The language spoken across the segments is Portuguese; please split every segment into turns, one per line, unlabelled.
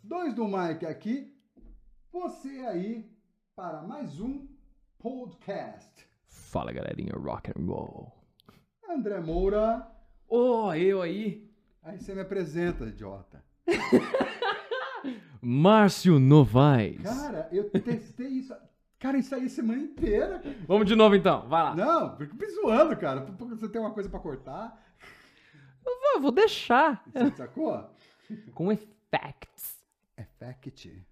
Depois do Mike aqui, você aí para mais um podcast.
Fala galerinha, rock and roll.
André Moura,
Ô, eu aí,
aí você me apresenta, idiota.
Márcio Novaes.
Cara, eu testei isso. Cara, isso aí semana inteira. cara.
Vamos de novo então, vai lá.
Não, fica me zoando, cara. Por- por- Você tem uma coisa pra cortar,
Eu vou, vou deixar.
você sacou?
Com effects.
É fact.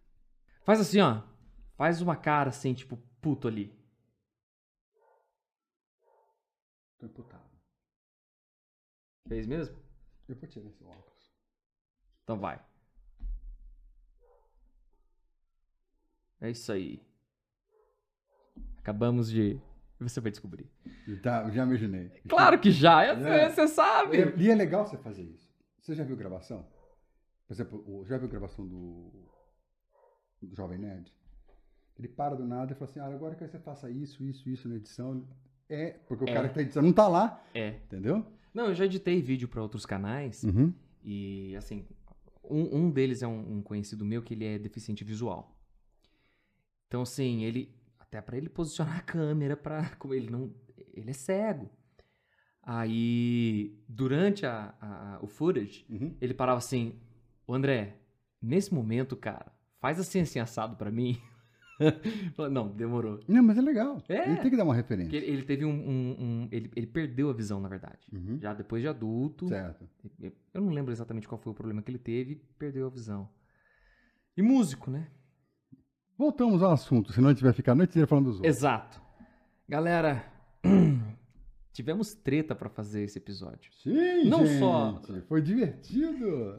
Faz assim, ó. Faz uma cara assim, tipo, puto ali.
Tô imputado.
Fez É mesmo?
Eu vou tirar esse óculos.
Então vai. É isso aí. Acabamos de. Você vai descobrir.
Tá, eu já imaginei.
Claro que já, é-
É.
você sabe.
E é legal você fazer isso. Você já viu gravação? Por exemplo, o- já viu gravação do, do Jovem Nerd? Ele para do nada e fala assim: ah, agora eu quero que você faça isso, isso, isso na edição. É, porque o
É.
cara que tá editando não tá lá,
É.
entendeu?
Não, eu já editei vídeo pra outros canais.
Uhum.
E, assim, um, um deles é um, um conhecido meu que ele é deficiente visual. Então, assim, ele. Até pra ele posicionar a câmera pra. Como ele não. Ele é cego. Aí, durante a, a- a- o footage,
Uhum.
ele parava assim: Ô André, nesse momento, cara, faz assim, assim assado pra mim. Eu falei, não, demorou.
Não, mas é legal.
É.
Ele tem que dar uma referência.
Porque ele, ele teve um. um- um- ele, ele perdeu a visão, na verdade.
Uhum.
Já depois de adulto.
Certo.
Eu- Eu não lembro exatamente qual foi o problema que ele teve, perdeu a visão. E músico, né?
Voltamos ao assunto, senão a gente vai ficar a noite inteira falando dos outros.
Exato. Galera, tivemos treta pra fazer esse episódio.
Sim,
Não
gente,
só-
Foi divertido.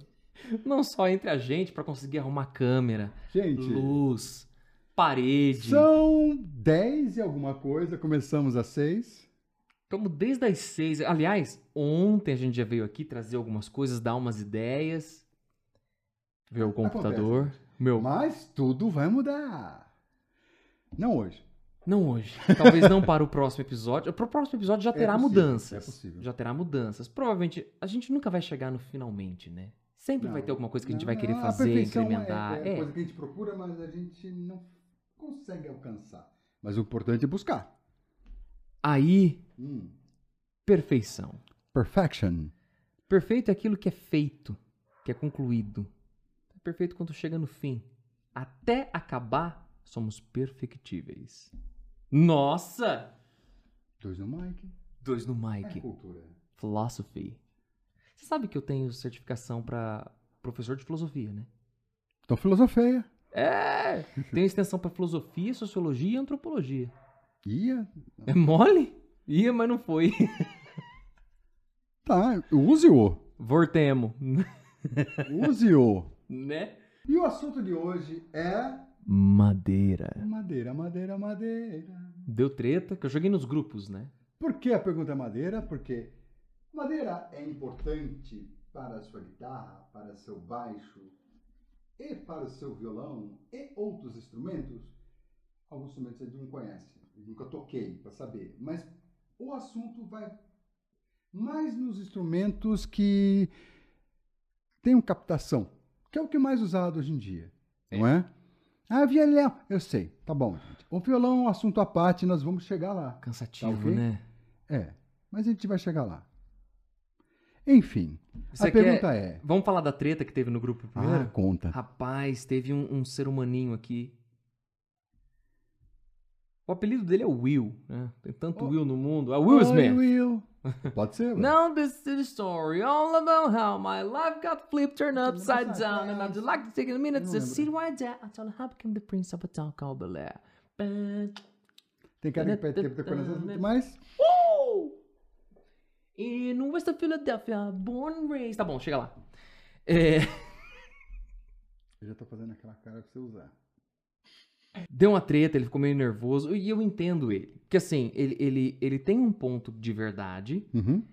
Não só entre a gente pra conseguir arrumar câmera,
Gente.
luz, parede.
São 10 e alguma coisa, começamos às 6.
Estamos desde as seis. Aliás, ontem a gente já veio aqui trazer algumas coisas, dar umas ideias. Ver o computador. Meu.
Mas tudo vai mudar. Não hoje.
Não hoje. Talvez não para o próximo episódio. Para o próximo episódio já terá
possível,
mudanças.
é possível.
Já terá mudanças. Provavelmente a gente nunca vai chegar no finalmente, né? Sempre vai
Não.
ter alguma coisa que a gente
Não,
vai querer
a
fazer,
perfeição é-
incrementar.
É,
É,
coisa que a gente procura, mas a gente não consegue alcançar. Mas o importante é buscar.
Aí,
Hum,
perfeição.
Perfection.
Perfeito é aquilo que é feito, que é concluído. É perfeito quando chega no fim. Até acabar, somos perfectíveis. Nossa!
Dois no mic.
Dois no
É
Mike.
cultura.
Philosophy. Você sabe que eu tenho certificação pra professor de filosofia, né?
Então filosofia.
É! Tem extensão pra filosofia, sociologia e antropologia.
Ia.
É mole? Ia, mas não foi.
Tá, use-o.
Vortemo.
Use-o.
Né?
E o assunto de hoje é
Madeira.
madeira, madeira, madeira.
Deu treta, que eu joguei nos grupos, né?
Por que a pergunta é madeira? Porque madeira é importante para a sua guitarra, para seu baixo e para o seu violão e outros instrumentos. Alguns instrumentos a gente não conhece, eu nunca toquei para saber, mas o assunto vai mais nos instrumentos que tenham captação, que é o que é mais usado hoje em dia, não é? Ah, violão, eu sei, tá bom. gente. O violão é um assunto à parte, nós vamos chegar lá.
Cansativo,
Tá ok?
né?
É, mas a gente vai chegar lá. Enfim,
Você
a
quer-
pergunta é.
Vamos falar da treta que teve no grupo
Ah,
primeiro?
conta.
Rapaz, teve um, um ser humaninho aqui. O apelido dele é Will, né? Tem tanto
Oh.
Will no mundo. É Will
Oi,
Smith.
Will. Pode ser? ué.
Now this is the story all about how my life got flipped, turned upside down, and I'd like to take a minute
Eu
to
lembro.
see why that until I became the prince of a town called Bel Air. But-
Tem cara que tem decoração, mas
Oh! In West Philadelphia, born and raised. Tá bom, chega lá. É,
eu já tô fazendo aquela cara pra você usar.
deu uma treta, ele ficou meio nervoso, e eu entendo ele. Porque assim, ele, ele, ele tem um ponto de verdade,
Uhum.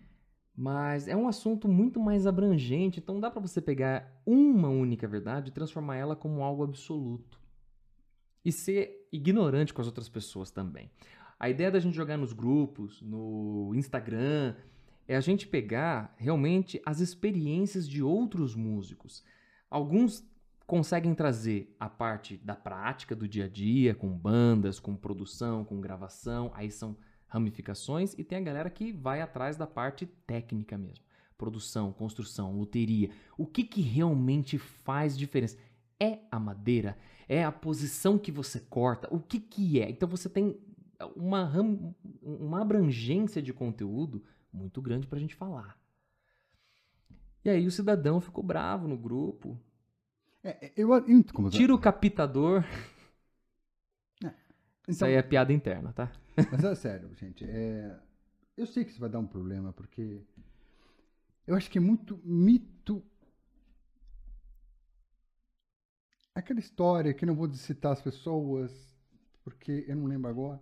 Mas é um assunto muito mais abrangente, então dá pra você pegar uma única verdade e transformar ela como algo absoluto. E ser ignorante com as outras pessoas também. A ideia da gente jogar nos grupos, no Instagram, é a gente pegar realmente as experiências de outros músicos. Alguns conseguem trazer a parte da prática do dia a dia, com bandas, com produção, com gravação, aí são ramificações, e tem a galera que vai atrás da parte técnica mesmo. Produção, construção, loteria. O que, que realmente faz diferença? É a madeira? É a posição que você corta? O que, que é? Então você tem uma, ram- uma abrangência de conteúdo muito grande para a gente falar. E aí o cidadão ficou bravo no grupo,
É, é, eu, ent- como-
tira o captador. Isso
então,
aí é piada interna, tá?
Mas é sério, gente. é, eu sei que isso vai dar um problema, porque eu acho que é muito mito. Aquela história que eu não vou citar as pessoas, porque eu não lembro agora.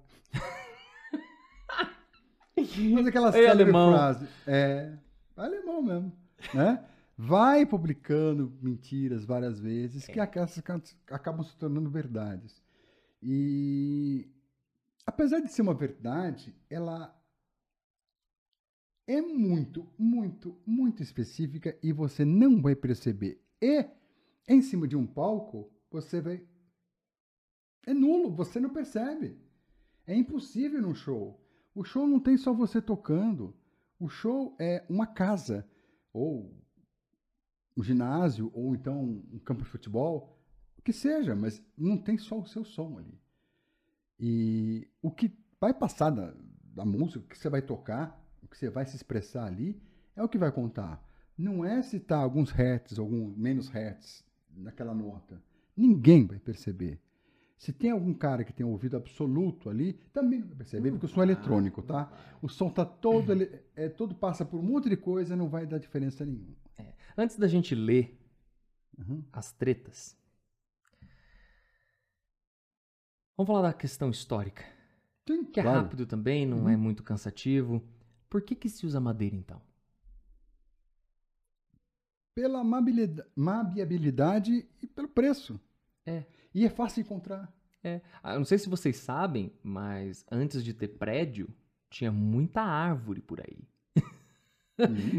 Mas aquela
Ei,
célebre
alemão.
frase. É, alemão mesmo. Né? Vai publicando mentiras várias vezes, que aquelas acabam- acabam se tornando verdades. E apesar de ser uma verdade, ela é muito, muito, muito específica e você não vai perceber. E em cima de um palco, você vai. É nulo, você não percebe. É impossível num show. O show não tem só você tocando. O show é uma casa, ou um ginásio, ou então um campo de futebol, o que seja, mas não tem só o seu som ali. E o que vai passar da, da música, o que você vai tocar, o que você vai se expressar ali, é o que vai contar. Não é citar alguns hertz, algum menos hertz naquela nota. Ninguém vai perceber. Se tem algum cara que tem ouvido absoluto ali, também não vai perceber, porque o som é eletrônico, tá? O som tá todo, ele, é, todo passa por um monte de coisa, não vai dar diferença nenhuma.
Antes da gente ler
Uhum.
as tretas, vamos falar da questão histórica,
Sim,
que
Então,
é
claro.
rápido também, não
Uhum.
é muito cansativo. Por que, que se usa madeira então?
Pela amabilida- maleabilidade e pelo preço.
É.
E é fácil encontrar.
Ah, eu não sei se vocês sabem, mas antes de ter prédio, tinha muita árvore por aí.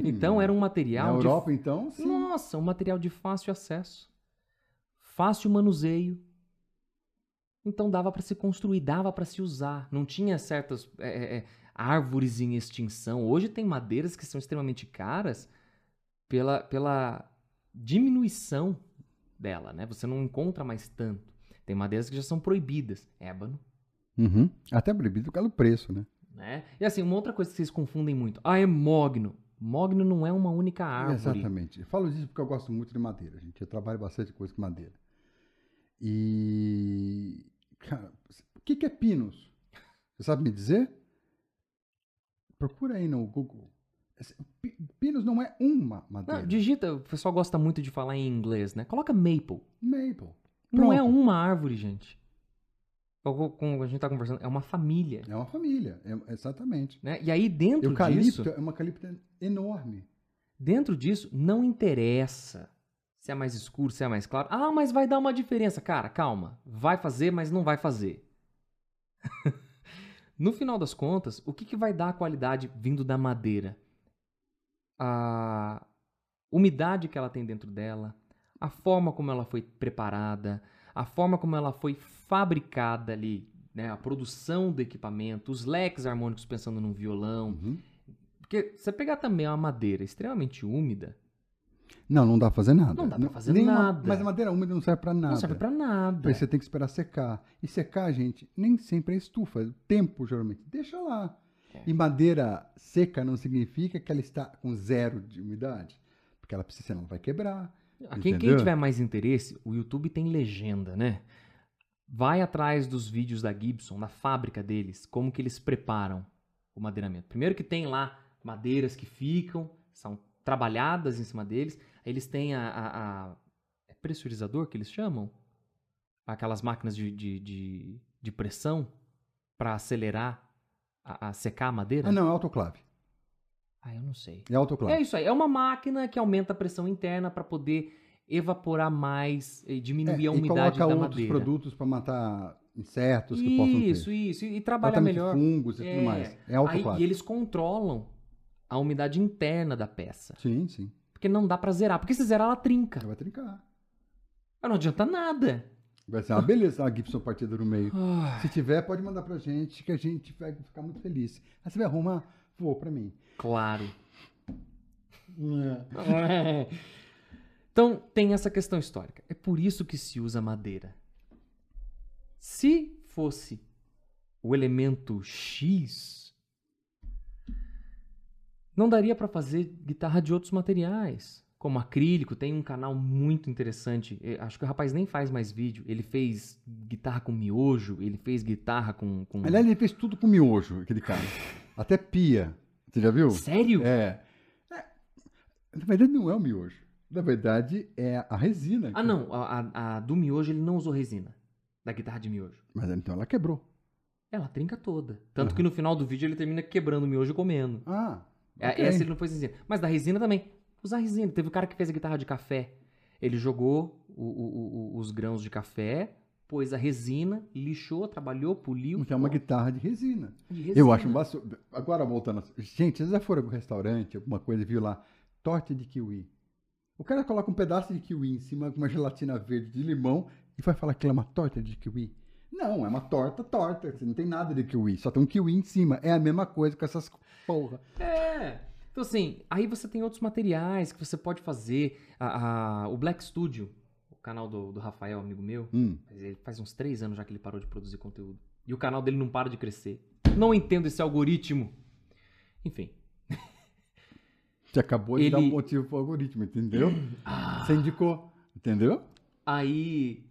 Então era um
Uhum. Hum. Na
material de
Europa, então, sim.
Nossa, um material de fácil acesso, fácil manuseio. Então dava para se construir, dava para se usar. Não tinha certas é, é, é, árvores em extinção. Hoje tem madeiras que são extremamente caras pela, pela diminuição dela, né? Você não encontra mais tanto. Tem madeiras que já são proibidas. Ébano,
Uhum. Até proibido por causa do preço, né?
né? E assim, uma outra coisa que vocês confundem muito. Ah, é mogno. Mogno não é uma única árvore.
Exatamente. Eu falo disso porque eu gosto muito de madeira, gente. Eu trabalho bastante coisa com madeira. E. Cara, o que, que é pinos? Você sabe me dizer? Procura aí no Google. Esse- pi- Pinos não é uma madeira.
Não, digita, o pessoal gosta muito de falar em inglês, né? Coloca maple.
Maple.
Não
Pronto.
é uma árvore, gente. É o que a gente tá conversando, é uma família.
É uma família. é- exatamente.
Né? E aí, dentro
Eucalipto
disso,
é uma eucalipto enorme.
dentro disso, não interessa se é mais escuro, se é mais claro. Ah, mas vai dar uma diferença. Cara, calma. Vai fazer, mas não vai fazer. no final das contas, o que, que vai dar a qualidade vindo da madeira? A umidade que ela tem dentro dela, a forma como ela foi preparada, a forma como ela foi fabricada ali, né? a produção do equipamento, os leques harmônicos pensando num violão,
Uhum.
porque você pegar também uma madeira extremamente úmida,
Não, não dá pra fazer nada.
Não dá pra fazer
nenhuma-
nada.
Mas a madeira úmida não serve pra nada.
não serve pra nada.
Aí você tem que esperar secar. E secar, gente, nem sempre é estufa. O tempo, geralmente. Deixa lá.
É.
E madeira seca não significa que ela está com zero de umidade. Porque ela precisa, senão ela vai quebrar.
Ah, Quem, quem
Entendeu?
tiver mais interesse, o YouTube tem legenda, né? Vai atrás dos vídeos da Gibson, da fábrica deles, como que eles preparam o madeiramento. Primeiro que tem lá madeiras que ficam, são trabalhadas em cima deles. Aí eles têm a, a- a- é pressurizador que eles chamam? Aquelas máquinas de, de, de- de pressão para acelerar, a, a secar a madeira?
Ah, não, é autoclave.
Ah, eu não sei.
É autoclave.
É isso aí. É uma máquina que aumenta a pressão interna para poder evaporar mais e diminuir a
É, e coloca
umidade da
outros
madeira.
produtos para matar insetos que possam ter.
isso, isso. E trabalhar
Tratamento de
melhor.
fungos e
É.
tudo mais. É
Aí,
autoclave.
e eles controlam a umidade interna da peça.
Sim, sim.
Tá. Porque não dá pra zerar. Porque se zerar, ela trinca.
Ela Vai trincar.
Mas não adianta nada.
Vai ser uma beleza uma Gibson partida no meio.
Ah,
Se tiver, pode mandar pra gente, que a gente vai ficar muito feliz. Aí você vai arrumar, voou pra mim.
claro. Então, tem essa questão histórica. É por isso que se usa madeira. Se fosse o elemento X, não daria para fazer guitarra de outros materiais, como acrílico. Tem um canal muito interessante. eh, Acho que o rapaz nem faz mais vídeo. Ele fez guitarra com miojo, ele fez guitarra com. com...
Uhum. Aliás, ele é fez tudo com miojo, aquele cara. Até pia. Você já viu?
Sério?
É. É. Na verdade, não é o miojo. Na verdade, é a resina.
Ah, não. A, a- a do miojo ele não usou resina. Da guitarra de miojo.
Mas então ela quebrou.
Ela trinca toda. Tanto que no final do vídeo ele termina quebrando o miojo e comendo.
Ah.
É,
ok.
Essa ele não fez resina. Mas da resina também. Usar resina. Teve o cara que fez a guitarra de café. Ele jogou o- o- o- os grãos de café, pôs a resina, lixou, trabalhou, poliu.
Então é uma guitarra de resina.
de
Eu
resina.
acho um absurdo. Agora, voltando. a- Gente, vocês já foram para um restaurante, alguma coisa, e viu lá, torta de kiwi. O cara coloca um pedaço de kiwi em cima com uma gelatina verde de limão e vai falar que ela é uma torta de kiwi. Não, é uma torta torta. Não tem nada de kiwi, só tem um kiwi em cima. É a mesma coisa com essas porra.
É. Então, assim, aí você tem outros materiais que você pode fazer. A- a- o Black Studio, o canal do, do Rafael, amigo meu,
Hum.
Mas ele faz uns três anos já que ele parou de produzir conteúdo. E o canal dele não para de crescer. Não entendo esse algoritmo. Enfim.
Você acabou de
Ele-
dar um motivo pro algoritmo, entendeu? Você indicou, entendeu?
Aí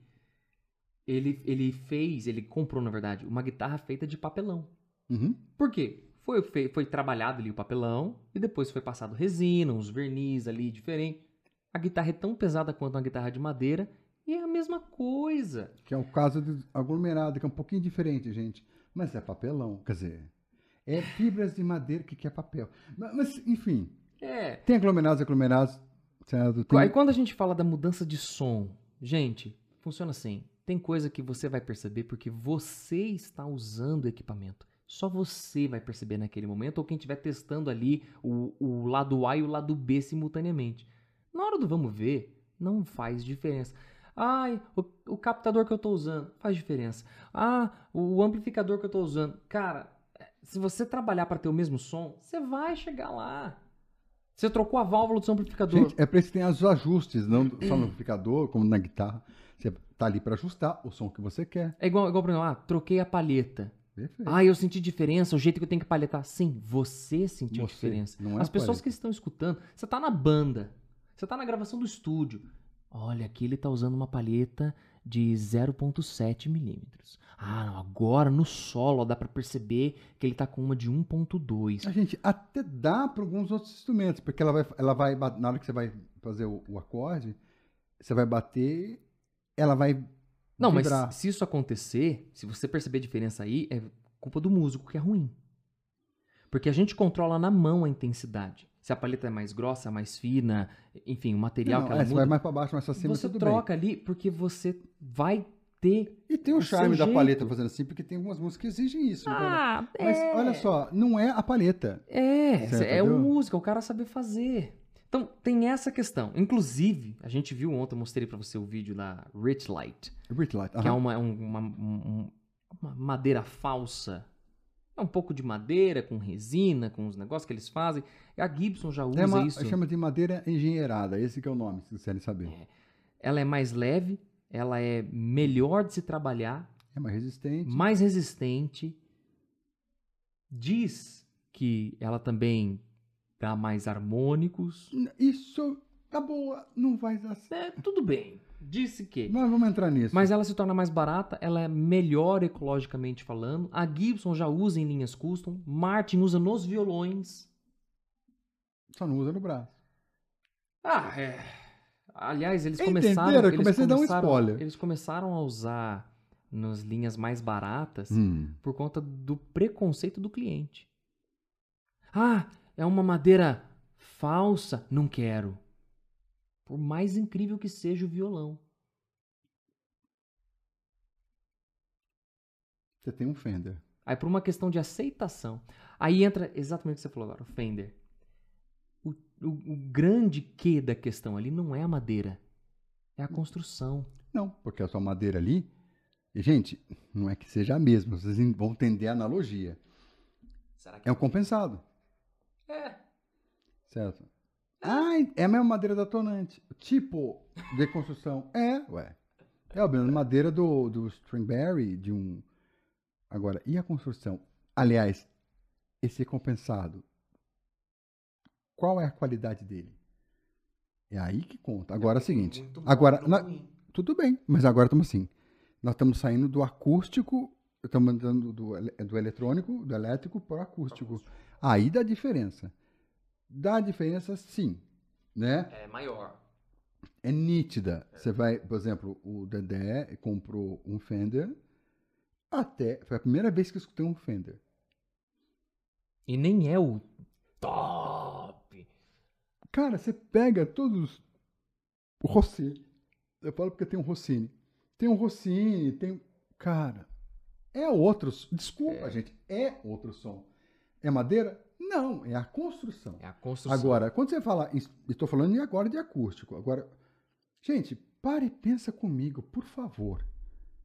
ele, ele fez, ele comprou, na verdade, uma guitarra feita de papelão.
Uhum.
Por quê? Foi, fe- foi trabalhado ali o papelão e depois foi passado resina, uns verniz ali diferente. A guitarra é tão pesada quanto uma guitarra de madeira e é a mesma coisa.
Que é o caso do aglomerado, que é um pouquinho diferente, gente. Mas é papelão, quer dizer, é fibras de madeira que, que é papel. Ma- Mas, enfim,
É,
tem aglomerados, aglomerados, certo? Tem-
Aí quando a gente fala da mudança de som, gente, funciona assim. Tem coisa que você vai perceber porque você está usando o equipamento. Só você vai perceber naquele momento, ou quem estiver testando ali o, o lado A e o lado B simultaneamente. Na hora do vamos ver, não faz diferença. Ai, o, o captador que eu estou usando faz diferença. Ah, o amplificador que eu estou usando. Cara, se você trabalhar para ter o mesmo som, você vai chegar lá. Você trocou a válvula do seu amplificador.
Gente, é para isso que tem os ajustes, não
Hum.
só no amplificador, como na guitarra. Você tá ali para ajustar o som que você quer.
É igual, igual pra mim, ah, troquei a palheta.
Perfeito.
Ah, eu senti diferença, o jeito que eu tenho que palhetar. Sim, você sentiu
Você,
diferença.
não é
As
a
pessoas
palheta.
que estão escutando, você tá na banda, você tá na gravação do estúdio. Olha, aqui ele tá usando uma palheta de 0.7 milímetros. Ah, não, agora no solo ó, dá pra perceber que ele tá com uma de 1.2.
A gente até dá para alguns outros instrumentos, porque ela vai, ela vai, bat- na hora que você vai fazer o, o acorde, você vai bater, ela vai
Não, mas
vibrar.
se isso acontecer, se você perceber a diferença aí, é culpa do músico que é ruim. Porque a gente controla na mão a intensidade. Se a paleta é mais grossa, mais fina, enfim, o material
Não,
que ela
é, você vai
muda,
mais para baixo, mais para cima,
você
tudo bem.
troca ali porque você vai ter.
E tem
O
o charme
seu
da
jeito.
paleta fazendo assim, porque tem algumas músicas que exigem isso. entendeu?
Ah,
Mas olha só, não é a paleta.
É,
Certo,
é o
entendeu?
músico, é o cara saber fazer. Então, tem essa questão. Inclusive, a gente viu ontem, eu mostrei pra você o vídeo da Rich Light.
Rich Light.
que é
aham.
uma, um- uma, um- uma madeira falsa. É um pouco de madeira com resina, com os negócios que eles fazem. A Gibson já usa
É uma-
isso.
chama de madeira engenheirada, esse que é o nome, se vocês quiserem saber.
Ela é mais leve, ela é melhor de se trabalhar,
É mais resistente.
mais resistente. Diz que ela também dá mais harmônicos.
Isso tá boa, não vai dar certo.
É, tudo bem. Disse que.
Mas vamos entrar nisso.
Mas ela se torna mais barata, ela é melhor ecologicamente falando. A Gibson já usa em linhas custom, Martin usa nos violões.
Só não usa no braço.
Ah, é. Aliás, eles
Entenderam?
começaram.
Eu
eles
comecei a dar um
começaram-
spoiler.
Eles começaram a usar nas linhas mais baratas
Hum.
por conta do preconceito do cliente. Ah, é uma madeira falsa, não quero. Por mais incrível que seja o violão.
Você tem um Fender.
Aí por uma questão de aceitação. Aí entra exatamente o que você falou agora, o Fender. O, o- o grande que da questão ali não é a madeira. É a construção.
Não, porque a sua madeira ali. E, gente, não é que seja a mesma, vocês vão entender a analogia.
Será que
É um compensado,
É.
certo? Ah, é a mesma madeira da tonante. Tipo de construção. É, ué. É a mesma madeira do, do Stringberry, de um. Agora, e a construção? Aliás, esse compensado, qual é a qualidade dele? É aí que conta. Agora é o seguinte.
Muito bom,
Agora,
muito
na-
ruim.
tudo bem, mas agora estamos assim. Nós estamos saindo do acústico, estamos andando do, ele- do eletrônico, do elétrico para o acústico. Aí dá diferença. Dá diferença sim, né?
É maior.
É nítida. Você vai, por exemplo, o Dedé comprou um Fender. Até, foi a primeira vez que eu escutei um Fender.
E nem é o top.
Cara, você pega todos. O Rossini. Eu falo porque tem um Rossini. Tem um Rossini, tem. um, Cara, é outro. s- Desculpa,
É.
gente. É outro som. É madeira? Não, é a construção.
É a construção.
Agora, quando você fala. em- Estou falando de agora de acústico. Agora. Gente, pare e pensa comigo, por favor.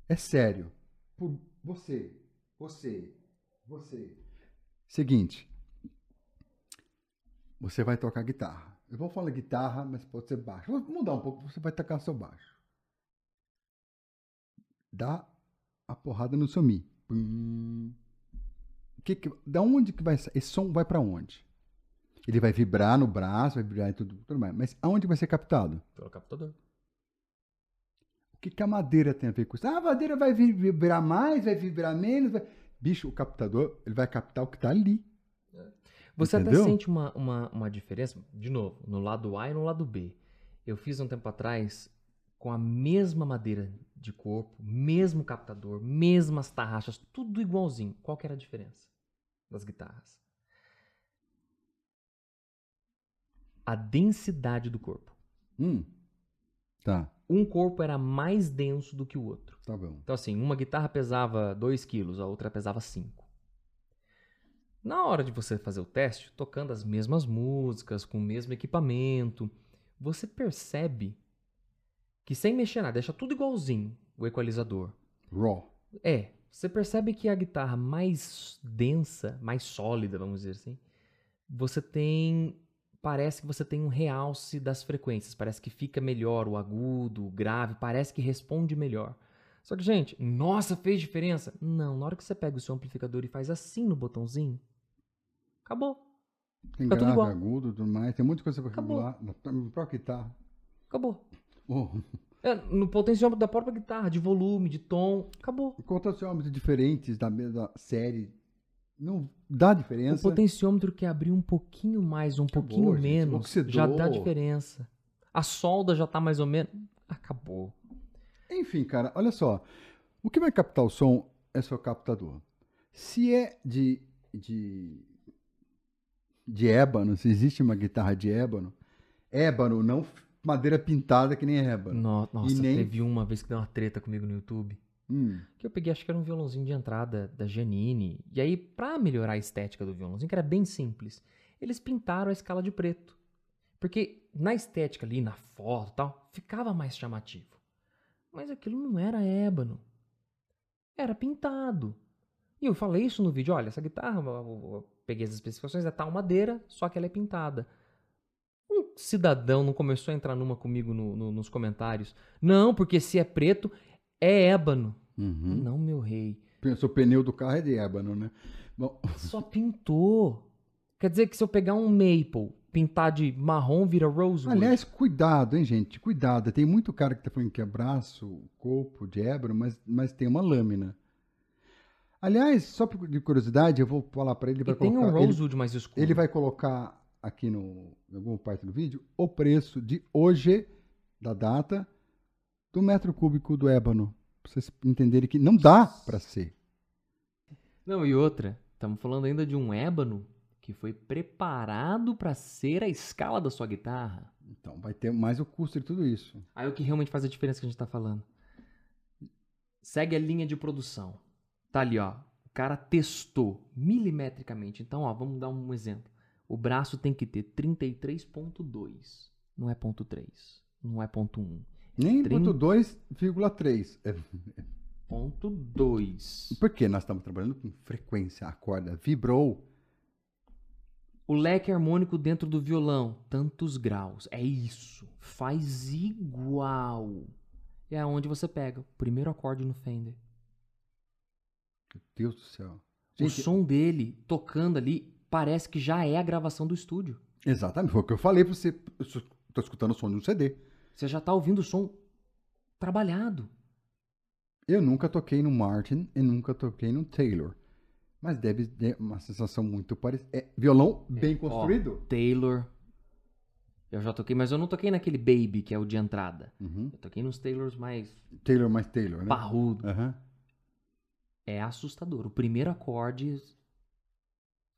É sério. Por você, você, você. Seguinte. Você vai tocar guitarra. Eu vou falar guitarra, mas pode ser baixo. Vou mudar um pouco, você vai tocar seu baixo. Dá a porrada no seu mi. Pum. Que que- da onde que vai sa- esse som vai para onde? Ele vai vibrar no braço, vai vibrar em tudo, tudo mais. Mas aonde vai ser captado?
Pelo captador.
O que, que a madeira tem a ver com isso? Ah, a madeira vai vi- vibrar mais, vai vibrar menos. vai- Bicho, o captador, ele vai captar o que tá ali.
Você
Entendeu?
até sente uma, uma, uma diferença, de novo, no lado A e no lado B. Eu fiz um tempo atrás com a mesma madeira de corpo, mesmo captador, mesmas tarraxas, tudo igualzinho. Qual que era a diferença das guitarras? A densidade do corpo.
Hum. Tá,
Um corpo era mais denso do que o outro.
tá bom.
Então, assim, uma guitarra pesava 2 quilos, a outra pesava 5. Na hora de você fazer o teste, tocando as mesmas músicas, com o mesmo equipamento, você percebe que sem mexer nada, deixa tudo igualzinho o equalizador.
Raw.
É, você percebe que a guitarra mais densa, mais sólida, vamos dizer assim, você tem. Parece que você tem um realce das frequências, parece que fica melhor o agudo, o grave, parece que responde melhor. Só que, gente, nossa, fez diferença? Não, na hora que você pega o seu amplificador e faz assim no botãozinho, acabou.
Tem
Tá
grave,
tudo igual.
agudo, tudo mais. Tem muita coisa pra
Acabou.
regular. tá, Na pró- Na própria guitarra.
Acabou.
Oh,
É, no potenciômetro da própria guitarra, de volume, de tom, acabou.
quantos homens diferentes da mesma série. Não dá
O
diferença.
potenciômetro que abriu um pouquinho mais, um
Acabou,
pouquinho
gente.
menos,
Oxidou.
já dá diferença. A solda já tá mais ou menos. Acabou.
Enfim, cara, olha só. O que vai captar o som é seu captador. Se é de. de. de ébano, se existe uma guitarra de ébano, ébano, não f- madeira pintada que nem ébano.
No- nossa,
nem-
teve uma vez que deu uma treta comigo no YouTube.
Hum,
Que eu peguei, acho que era um violãozinho de entrada da Janine. E aí, pra melhorar a estética do violãozinho, que era bem simples, eles pintaram a escala de preto. Porque na estética ali, na foto e tal, ficava mais chamativo. Mas aquilo não era ébano. Era pintado. E eu falei isso no vídeo: olha, essa guitarra, eu- eu- eu peguei as especificações, é tal madeira, só que ela é pintada. Um cidadão não começou a entrar numa comigo no- no- nos comentários. Não, porque se é preto, é ébano.
uhum.
Não, meu rei.
Pensa, o pneu do carro é de ébano, né? Bom,
Só pintou. Quer dizer que se eu pegar um maple, pintar de marrom, vira rosewood.
aliás, cuidado, hein, gente? Cuidado. Tem muito cara que tá falando que é braço, corpo de ébano, mas, mas tem uma lâmina. Aliás, só por- de curiosidade, eu vou falar pra ele, ele
e
vai
tem um
colocar. ele-
rosewood mais escuro.
Ele vai colocar aqui no, em alguma parte do vídeo o preço de hoje, da data, do metro cúbico do ébano. Pra vocês entenderem que não dá pra ser.
Não, e outra, estamos falando ainda de um ébano que foi preparado para ser a escala da sua guitarra.
Então vai ter mais o custo de tudo isso.
Aí é o que realmente faz a diferença que a gente tá falando. Segue a linha de produção. Tá ali, ó. O cara testou milimetricamente. Então, ó, vamos dar um exemplo. O braço tem que ter 33.2. Não é ponto 3. Não é ponto 1. É
Nem
Trin-
ponto 2,3. É,
Ponto 2.
porque nós estamos trabalhando com frequência. A corda vibrou.
O leque harmônico dentro do violão, tantos graus. É isso. Faz igual. E é onde você pega o primeiro acorde no Fender.
Meu Deus do céu.
o som dele tocando ali parece que já é a gravação do estúdio.
Exatamente. Foi o que eu falei pra você. Eu só tô escutando o som de um CD.
Você já tá ouvindo o som trabalhado.
Eu nunca toquei no Martin e nunca toquei no Taylor. Mas deve ter uma sensação muito parecida. É violão bem construído.
Taylor. Eu já toquei, mas eu não toquei naquele Baby, que é o de entrada.
Uhum.
Eu toquei nos Taylors mais
Taylor mais Taylor, né?
parrudo.
Aham.
É assustador. O primeiro acorde.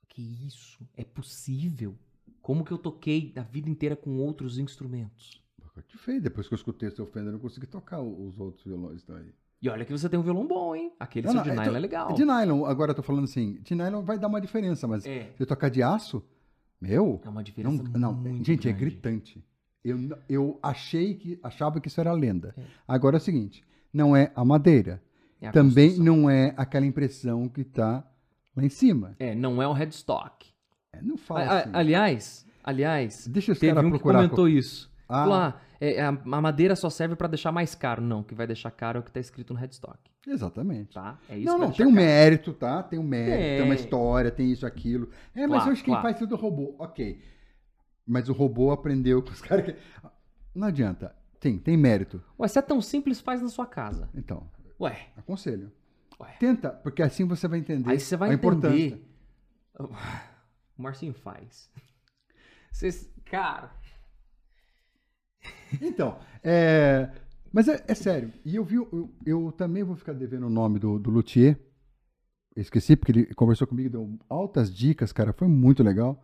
Que isso? É possível? Como que eu toquei a vida inteira com outros instrumentos?
Eu te fez. Depois que eu escutei o seu Fender, eu não consegui tocar o- os outros violões daí.
E olha que você tem um violão bom, hein? Aquele
Não,
seu
não,
de
é
nylon
to-
é legal.
De nylon, agora eu tô falando assim, de nylon vai dar uma diferença, mas
É.
você tocar de aço, meu,
É uma
não,
diferença
não,
muito
gente, é
grande.
gritante. Eu, n- eu achei que achava que isso era lenda.
É.
Agora é o seguinte, não é a madeira,
É a
também
construção.
não é aquela impressão que tá lá em cima.
É, não é o headstock.
É, não fala
A- a-
assim.
aliás, aliás,
Deixa os
teve
caras
um que
procurar.
comentou isso.
Ah,
Falou, ah, é, a, a madeira só serve pra deixar mais caro. Não, o que vai deixar caro é o que tá escrito no headstock,
exatamente.
tá? É isso
Não,
que vai
não,
deixar
tem um
caro.
mérito, tá? Tem um mérito, tem, uma
Tem.
história, tem isso, aquilo. É, mas
Claro,
hoje quem
claro.
faz tudo é o robô. Ok. Mas o robô aprendeu com os caras que. Não adianta. Tem, tem mérito.
Ué, se é tão simples, faz na sua casa.
Então,
Ué,
aconselho.
Ué.
Tenta, porque assim você vai entender.
aí você vai
a importância.
entender. O Marcinho faz. Vocês, cara,
Então, é. Mas é, é sério. E eu vi. Eu, eu também vou ficar devendo o nome do, do Luthier. Eu Esqueci, porque ele conversou comigo, deu altas dicas, cara. Foi muito legal.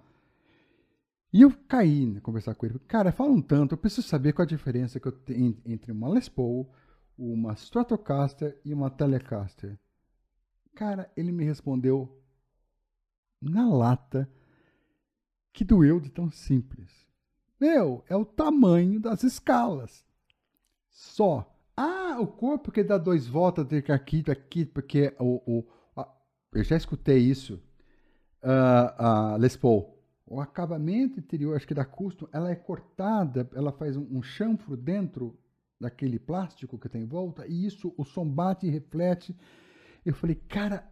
E eu caí em conversar com ele. Cara, fala um tanto. Eu preciso saber qual a diferença que eu tenho entre uma Les Paul, uma Stratocaster e uma Telecaster. Cara, ele me respondeu na lata que doeu de tão simples. Meu, é o tamanho das escalas. Só. Ah, o corpo que dá dois voltas, tem que aqui, aqui, porque o. o a- eu já escutei isso. Ah, a Les Paul. O acabamento interior, acho que da custom, ela é cortada, ela faz um, um chanfro dentro daquele plástico que tem em volta, e isso, o som bate e reflete. Eu falei, cara,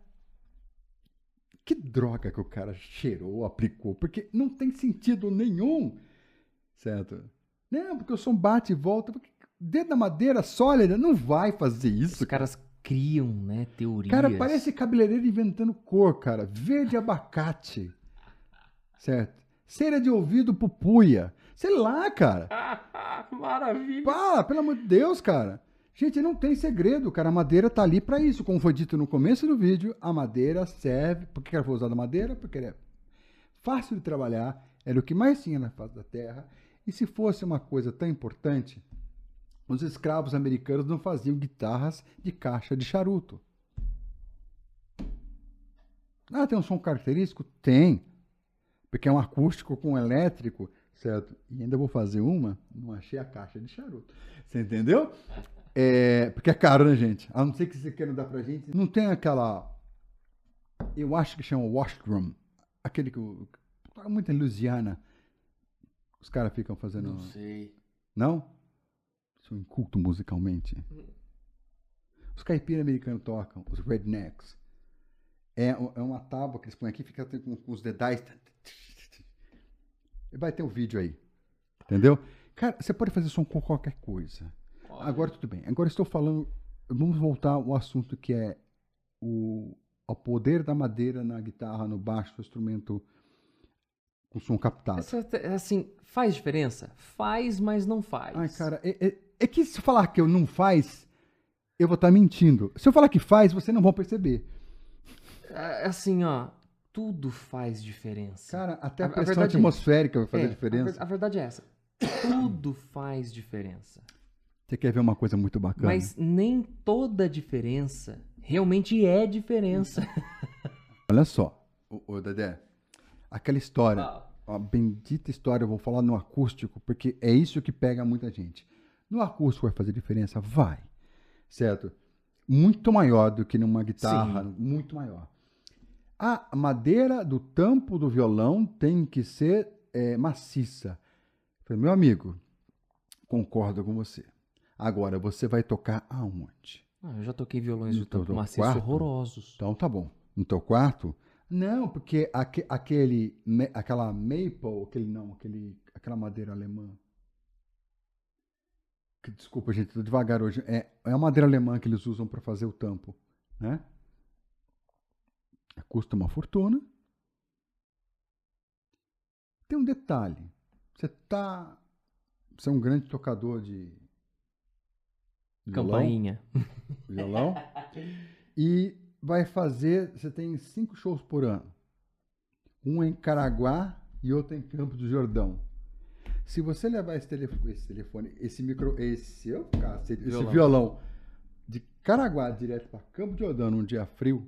que droga que o cara cheirou, aplicou, porque não tem sentido nenhum. Certo? Não, porque o som bate e volta. Porque dentro da madeira sólida não vai fazer
os
isso. Cara,
caras criam, né, teorias.
parece cabeleireiro inventando cor, cara. Verde abacate. Certo? Cera de ouvido pupuia. Sei lá, cara.
Maravilha.
Para, pelo amor de Deus, cara. Gente, não tem segredo, cara. A madeira tá ali pra isso. Como foi dito no começo do vídeo, a madeira serve. Por que ela foi usada a madeira? Porque ela é fácil de trabalhar, era o que mais tinha na face da terra. E se fosse uma coisa tão importante, os escravos americanos não faziam guitarras de caixa de charuto. Ah, tem um som característico? Tem. Porque é um acústico com elétrico, certo? E ainda vou fazer uma, não achei a caixa de charuto. Você entendeu? É, porque é caro, né, gente? A não ser que você queira dar pra gente. Não tem aquela. Eu acho que chama washroom. Aquele que. o- Toca muito em Louisiana. Os caras ficam fazendo.
Não sei.
Não? Sou inculto musicalmente. Os caipira americanos tocam, os rednecks. É, u- é uma tábua que eles põem aqui e fica tem com, com os dedais. E Vai ter um vídeo aí. Entendeu? Cara, você pode fazer som com qualquer coisa. Agora tudo bem. Agora estou falando. Vamos voltar ao assunto que é o, o poder da madeira na guitarra, no baixo, no instrumento com som captado.
Essa, assim, faz diferença? Faz, mas não faz.
Ai, cara, é, é- é que se eu falar que eu não faz, eu vou estar mentindo. Se eu falar que faz, você não vai perceber.
É, Assim, ó, tudo faz diferença.
Cara, até a,
A- a
pressão
verdade-
atmosférica vai fazer
É, A, ver-
diferença.
a verdade é essa. Tudo faz diferença.
Você quer ver uma coisa muito bacana?
Mas nem toda diferença realmente é diferença.
Olha só, ô, ô, Dedé, aquela história,
Ah,
a bendita história, eu vou falar no acústico, porque é isso que pega muita gente. No acústico vai fazer diferença? Vai. Certo? Muito maior do que numa guitarra,
Sim.
muito maior. A madeira do tampo do violão tem que ser é, maciça. Eu Falei, meu amigo, concordo com você. Agora, você vai tocar aonde?
Ah, eu já toquei violões de
Então,
tampo
no
maciço
quarto?
horrorosos.
Então tá bom. No teu quarto? Não, porque aque- aquele, me- aquela maple, aquele não, aquele, aquela madeira alemã. Que, desculpa, gente, tô devagar hoje. É, é a madeira alemã que eles usam para fazer o tampo, né? Custa uma fortuna. Tem um detalhe. Você tá, você é um grande tocador de violão?
Campainha.
violão. e vai fazer. Você tem cinco shows por ano. Um em Caraguá e outro em Campo do Jordão. Se você levar esse telefone, esse, telefone, esse micro, esse, ô, cacete, esse
Violão.
violão de Caraguá direto para Campo do Jordão num dia frio,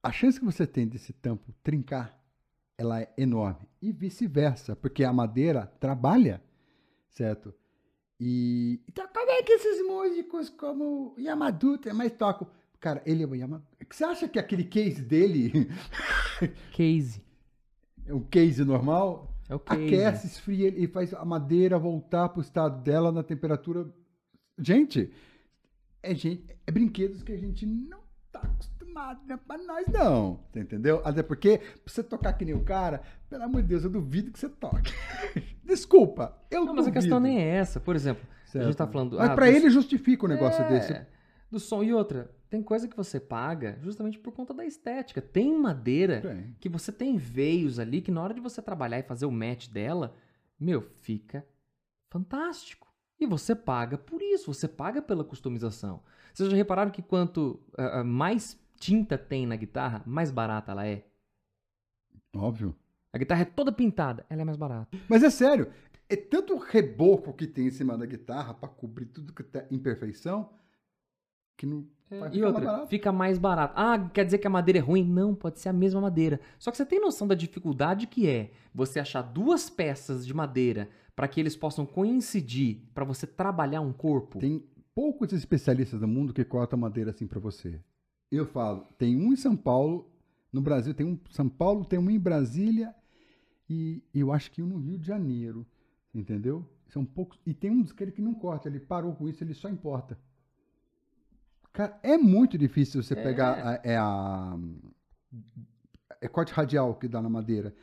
a chance que você tem desse tampo trincar, ela é enorme e vice-versa, porque a madeira trabalha, certo? E então, como é que esses músicos como o Yamadu tem mais toco? Cara, ele é o Yamadu. Você acha que aquele case dele
Case.
é um case normal?
É o case.
Aquece, esfria ele- e faz a madeira voltar pro estado dela na temperatura. Gente, é, gente, é brinquedos que a gente não tá acostumado, não é pra nós não, Você entendeu? Até porque, pra você tocar que nem o cara, pelo amor de Deus, eu duvido que você toque. Desculpa, eu
Não, mas a questão nem é essa. Por exemplo, a gente tá falando.
Mas
ah,
pra
dos-
ele justifica um negócio
É,
desse.
Do som. E outra, tem coisa que você paga justamente por conta da estética. Tem madeira
Bem,
que você tem veios ali que na hora de você trabalhar e fazer o match dela, meu, fica fantástico. E você paga por isso, você paga pela customização. Vocês já repararam que quanto ah, ah, mais tinta tem na guitarra, mais barata ela é?
óbvio.
A guitarra é toda pintada, ela é mais barata.
Mas é sério, é tanto reboco que tem em cima da guitarra pra cobrir tudo que tá imperfeição que não vai
E
ficar É, mais
outra,
barato.
fica mais barata. Ah, quer dizer que a madeira é ruim? Não, pode ser a mesma madeira. Só que você tem noção da dificuldade que é você achar duas peças de madeira para que eles possam coincidir, para você trabalhar um corpo?
Tem poucos especialistas no mundo que cortam madeira assim pra você. Eu falo, tem um em São Paulo, no Brasil tem um em São Paulo, tem um em Brasília e eu acho que um no Rio de Janeiro, entendeu? São poucos e tem um dos que ele que não corta, ele parou com isso, ele só importa. Cara, é muito difícil você
É.
pegar a, é a é corte radial que dá na madeira.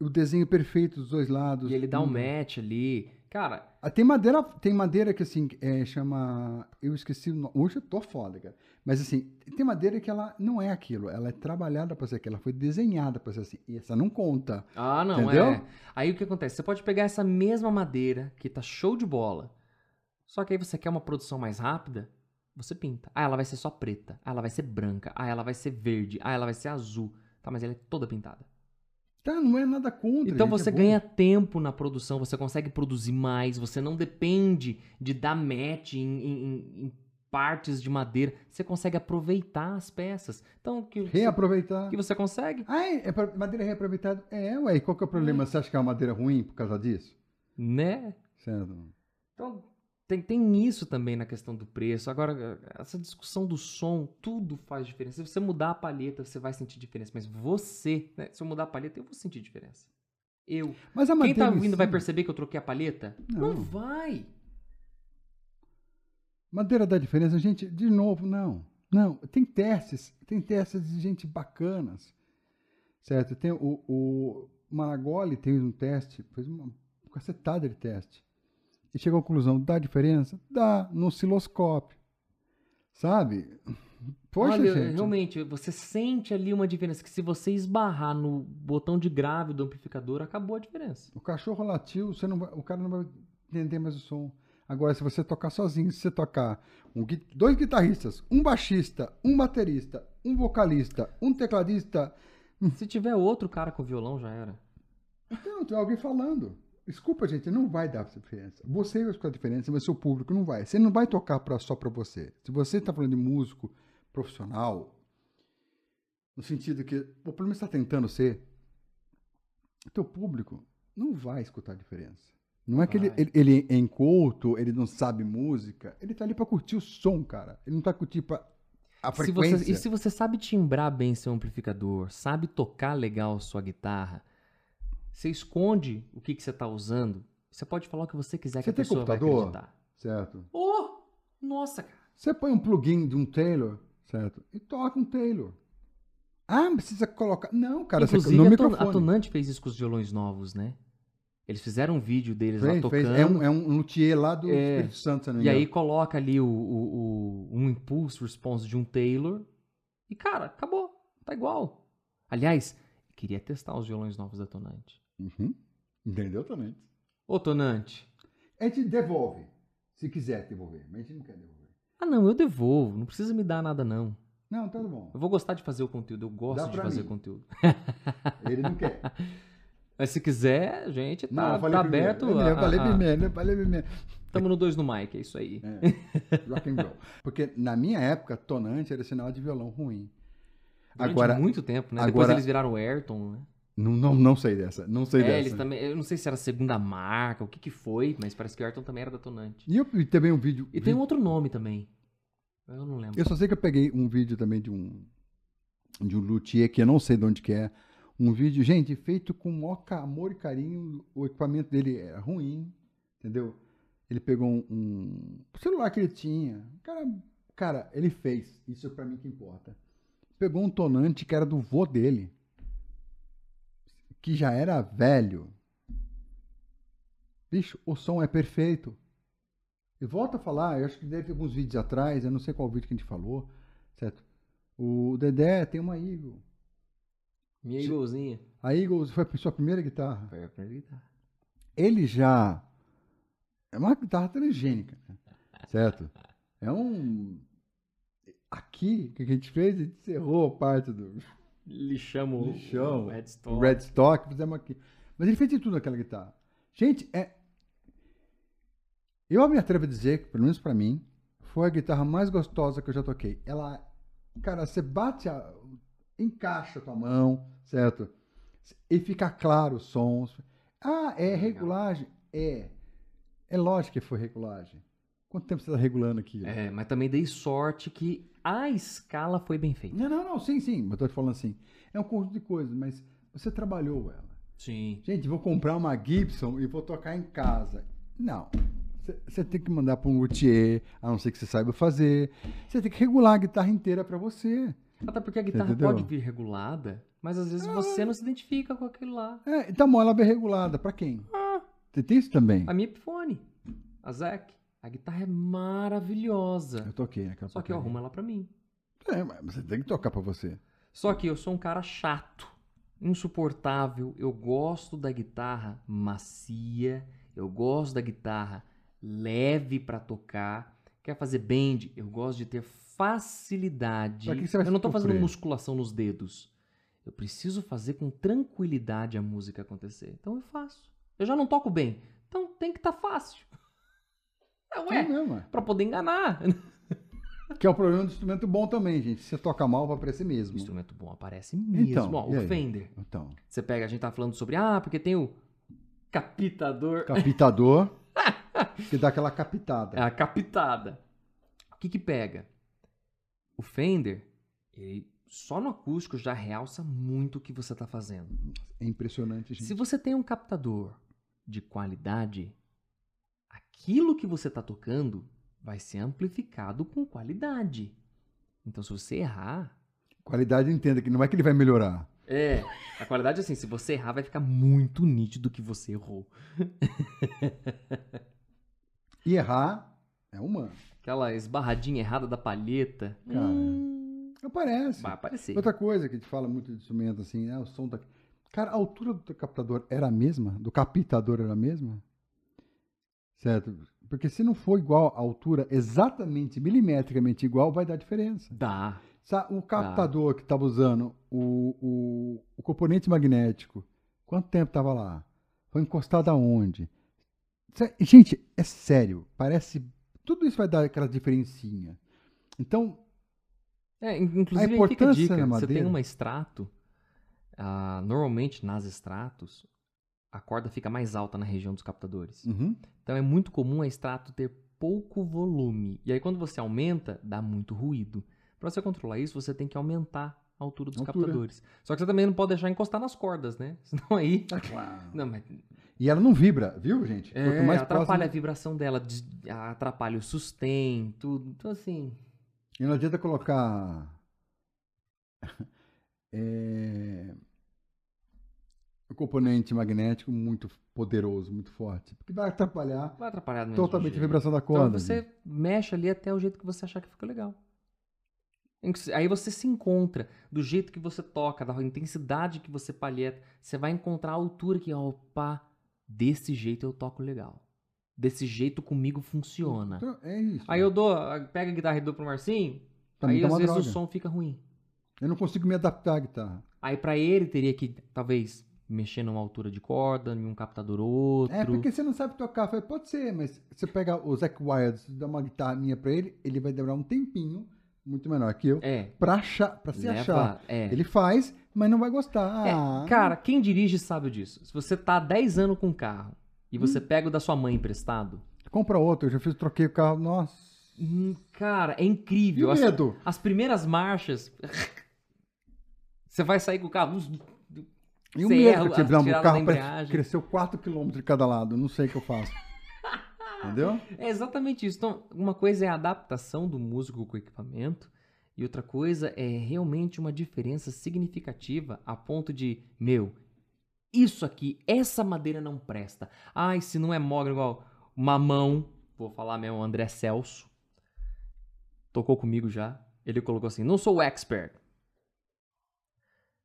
O desenho perfeito dos dois lados. Hum.
E ele dá um
tudo.
match ali. Cara,
Ah, Tem madeira, tem madeira que assim, é, chama. Eu esqueci o nome. Hoje eu tô foda, cara. Mas assim, tem madeira que ela não é aquilo. Ela é trabalhada pra ser aquilo. Ela foi desenhada pra ser assim. E essa não conta.
ah, não,
Entendeu?
é. Aí o que acontece? Você pode pegar essa mesma madeira, que tá show de bola, só que aí você quer uma produção mais rápida, você pinta. Ah, ela vai ser só preta. Ah, ela vai ser branca. Ah, ela vai ser verde. Ah, ela vai ser azul. Tá, mas ela é toda pintada.
Tá, não é nada contra.
Então
gente,
você
é bom.
ganha tempo na produção, você consegue produzir mais, você não depende de dar match em, em- em- em partes de madeira. Você consegue aproveitar as peças. Então, o que,
Reaproveitar.
que você consegue?
Ah, é, é pra- madeira reaproveitada? É, ué. e Qual que é o problema? Você acha que é uma madeira ruim por causa disso?
Né?
Certo.
Então, tem, tem isso também na questão do preço. Agora, essa discussão do som, tudo faz diferença. Se você mudar a palheta, você vai sentir diferença. Mas você, né? Se eu mudar a palheta, eu vou sentir diferença. Eu.
Ah, Mas a
Quem
madeira.
tá
em
ouvindo
si-
vai perceber que eu troquei a palheta? Não,
Não.
vai.
Madeira dá diferença, gente, de novo, não. Não, tem testes, tem testes de gente bacanas. Certo? Tem o, o Maragoli tem um teste, fez uma cacetada de teste. E chegou à conclusão, dá diferença? Dá, no osciloscópio. Sabe? Poxa,
Olha,
gente.
realmente, você sente ali uma diferença. Que se você esbarrar no botão de grave do amplificador, acabou a diferença.
O cachorro latiu, você não vai- o cara não vai entender mais o som. Agora, se você tocar sozinho, se você tocar um gui- dois guitarristas, um baixista, um baterista, um vocalista, um tecladista, Hum.
Se tiver outro cara com violão, já era.
Não, tem alguém falando. Desculpa, gente, não vai dar diferença. Você vai escutar a diferença, mas seu público não vai. Você não vai tocar pra, só pra você. Se você tá falando de músico profissional, no sentido que o problema está tentando ser, teu público não vai escutar a diferença. Não é que ele,
Vai.
ele, ele é inculto, ele não sabe música. Ele tá ali pra curtir o som, cara. Ele não tá curtir pra a
Se você-
frequência.
e se você sabe timbrar bem seu amplificador, sabe tocar legal sua guitarra, você esconde o que, que você está usando, você pode falar o que você quiser
Você
que
tem
a pessoa
computador?
vai acreditar.
Certo.
Oh, nossa, cara.
Você põe um plugin de um Taylor, certo? E toca um Taylor. Ah, não precisa colocar. Não, cara, você,
Inclusive,
no
a, ton-
microfone.
a Tonante fez isso com os violões novos, né? Eles fizeram um vídeo deles lá
Fez, fez.
tocando.
É, um, é um luthier lá do
É.
Espírito Santo, se não me
E aí
engano.
coloca ali o, o- o- um impulso response de um Taylor. E, cara, acabou. Tá igual. Aliás, queria testar os violões novos da Tonante.
Uhum. Entendeu também.
Ô, Tonante.
A gente devolve, se quiser devolver, mas a gente não quer devolver.
Ah, não, eu devolvo. Não precisa me dar nada, não.
Não, tá bom.
Eu vou gostar de fazer o conteúdo. Eu
Dá
gosto de
pra
fazer
mim.
conteúdo.
Ele não quer.
Mas se quiser, gente,
Não,
tá,
eu falei
tá
primeiro.
aberto.
Eu,
a-
eu falei
a- a-
primeiro, eu falei primeiro.
Tamo no dois no mic, é isso aí.
É, rock and roll. Porque na minha época, tonante era sinal de violão ruim.
Durante
Agora,
muito tempo, né? Depois
agora-
eles viraram o Ayrton, né?
não, não, não sei dessa. Não sei
É,
dessa.
eles também. Eu não sei se era a segunda marca, o que que foi, mas parece que o Ayrton também era da Tonante.
E eu e também um vídeo.
E tem um
vídeo-
outro nome também. Mas eu não lembro.
Eu só sei que eu peguei um vídeo também de um de um luthier que eu não sei de onde que é. Um vídeo, gente, feito com o maior ca- amor e carinho. O equipamento dele era ruim, entendeu? Ele pegou um, um celular que ele tinha. Cara, cara, ele fez. Isso é pra mim que importa. Pegou um tonante que era do vô dele. Que já era velho. Bicho, o som é perfeito. E volta a falar, eu acho que deve ter alguns vídeos atrás, eu não sei qual vídeo que a gente falou, certo? O Dedé tem uma Eagle.
Minha igualzinha.
A Eagle foi a sua primeira guitarra.
Foi a primeira guitarra.
Ele já. É uma guitarra transgênica, né? certo? É um. Aqui, o que a gente fez, a gente encerrou a parte do
Lixamos o-
Lixamos.
o Redstone.
Redstock, fizemos aqui. Mas ele fez de tudo naquela guitarra. Gente, é. Eu me atrevo a dizer, que, pelo menos pra mim, foi a guitarra mais gostosa que eu já toquei. Ela. Cara, você bate a. encaixa a tua mão, certo? E fica claro os sons. Ah, é
Legal.
regulagem? É. É lógico que foi regulagem. Quanto tempo você tá regulando aqui?
É, mas também dei sorte que a escala foi bem feita.
Não, não, não, sim, sim. Mas eu tô te falando assim. É um conjunto de coisas, mas você trabalhou ela.
Sim.
Gente, vou comprar uma Gibson e vou tocar em casa. Não. Você tem que mandar para um luthier, a não ser que você saiba fazer. Você tem que regular a guitarra inteira para você.
Até porque a guitarra
entendeu?
pode vir regulada, mas às vezes você não se identifica com aquele lá.
É, então, mão, ela bem regulada. Para quem? Você tem isso também?
Ah. A minha é Epiphone, a Zac, a guitarra é maravilhosa.
Eu toquei naquela
Só que eu
porcaria.
arrumo ela pra mim.
É, mas você tem que tocar para você.
Só que eu sou um cara chato, insuportável. Eu gosto da guitarra macia, eu gosto da guitarra leve pra tocar. Quer fazer bend? Eu gosto de ter facilidade.
Pra que que você vai
eu não tô fazendo
sofrer?
musculação nos dedos. Eu preciso fazer com tranquilidade a música acontecer. Então eu faço. Eu já não toco bem. Então tem que estar tá fácil. É,
Tudo
ué,
bem, ué.
pra poder enganar.
Que é o problema do instrumento bom também, gente. Se você toca mal, vai aparecer
O
mesmo.
instrumento bom aparece mesmo.
Então,
Ó,
e
o
aí?
Fender.
Então,
Você pega, a gente tá falando sobre, ah, porque tem o captador, é
capitador, que dá aquela capitada.
a captada. O que que pega? O Fender, ele só no acústico já realça muito o que você tá fazendo.
É impressionante, gente.
Se você tem um captador de qualidade, aquilo que você tá tocando vai ser amplificado com qualidade. Então, se você errar,
Qualidade, entenda que não é que ele vai melhorar.
é, a qualidade é assim, se você errar, vai ficar muito nítido que você errou.
E errar é humano.
Aquela esbarradinha errada da palheta.
Cara.
Hum,
Aparece.
vai aparecer.
Outra coisa que a gente fala muito de instrumento, assim, né? O som da. Cara, a altura do teu captador era a mesma? Do captador era a mesma? Certo? Porque se não for igual a altura, exatamente, milimetricamente igual, vai dar diferença.
Dá.
Sa- O captador que estava usando o, o, o componente magnético, quanto tempo estava lá? Foi encostado aonde? Sé- Gente, é sério. Parece. Tudo isso vai dar aquela diferencinha. Então,
É, in- inclusive,
A
aí fica a
importância da
dica. Você tem
madeira.
uma extrato, ah, normalmente nas extratos, a corda fica mais alta na região dos captadores.
Uhum.
Então é muito comum a extrato ter pouco volume. E aí quando você aumenta, dá muito ruído. Para você controlar isso, você tem que aumentar a altura dos
Altura.
captadores. Só que você também não pode deixar encostar nas cordas, né? Senão aí.
Tá claro.
Não, mas
E ela não vibra, viu, gente?
é,
Quanto mais
atrapalha a
próximo. né?
vibração dela, des- atrapalha o sustain, tudo. Então, assim.
E não adianta colocar. é, um componente magnético muito poderoso, muito forte. Porque vai atrapalhar
Vai atrapalhar do mesmo
totalmente a
jeito.
vibração da corda. né?
Então você mexe ali até o jeito que você achar que fica legal. Aí você se encontra do jeito que você toca, da intensidade que você palheta, você vai encontrar a altura que, opa, desse jeito eu toco legal. Desse jeito comigo funciona.
Então, é isso.
Aí eu dou, pega a guitarra e dou pro Marcinho,
Também
aí
tá
às
uma
vezes
droga.
o som fica ruim.
Eu não consigo me adaptar à guitarra.
Aí pra ele teria que, talvez, mexer numa altura de corda, em um captador ou outro.
É, porque você não sabe tocar. Eu Falei, pode ser, mas você pega o Zac Wild, você dá uma guitarrinha pra ele, ele vai demorar um tempinho, muito menor que eu,
É,
pra, achar, pra se
leva-
achar.
é.
Ele faz, mas não vai gostar. Ah,
Cara, quem dirige sabe disso. Se você tá há 10 anos com um carro e você
Hum.
pega o da sua mãe emprestado,
Ah, compra outro, eu já fiz, troquei o carro. Nossa.
hum, cara, é
E
incrível.
o
As,
medo?
as primeiras marchas. você vai sair com o carro. uns-
E o
Você
medo
erra
que eu
a
tive lá, meu
tirada da
carro parece que
embreagem.
cresceu 4km de cada lado, não sei o que eu faço. Entendeu?
É exatamente isso. Então, uma coisa é a adaptação do músico com o equipamento. E outra coisa é realmente uma diferença significativa a ponto de, meu, isso aqui, essa madeira não presta. Ai, se não é mogno igual mamão, vou falar mesmo, André Celso, tocou comigo já. Ele colocou assim: não sou expert,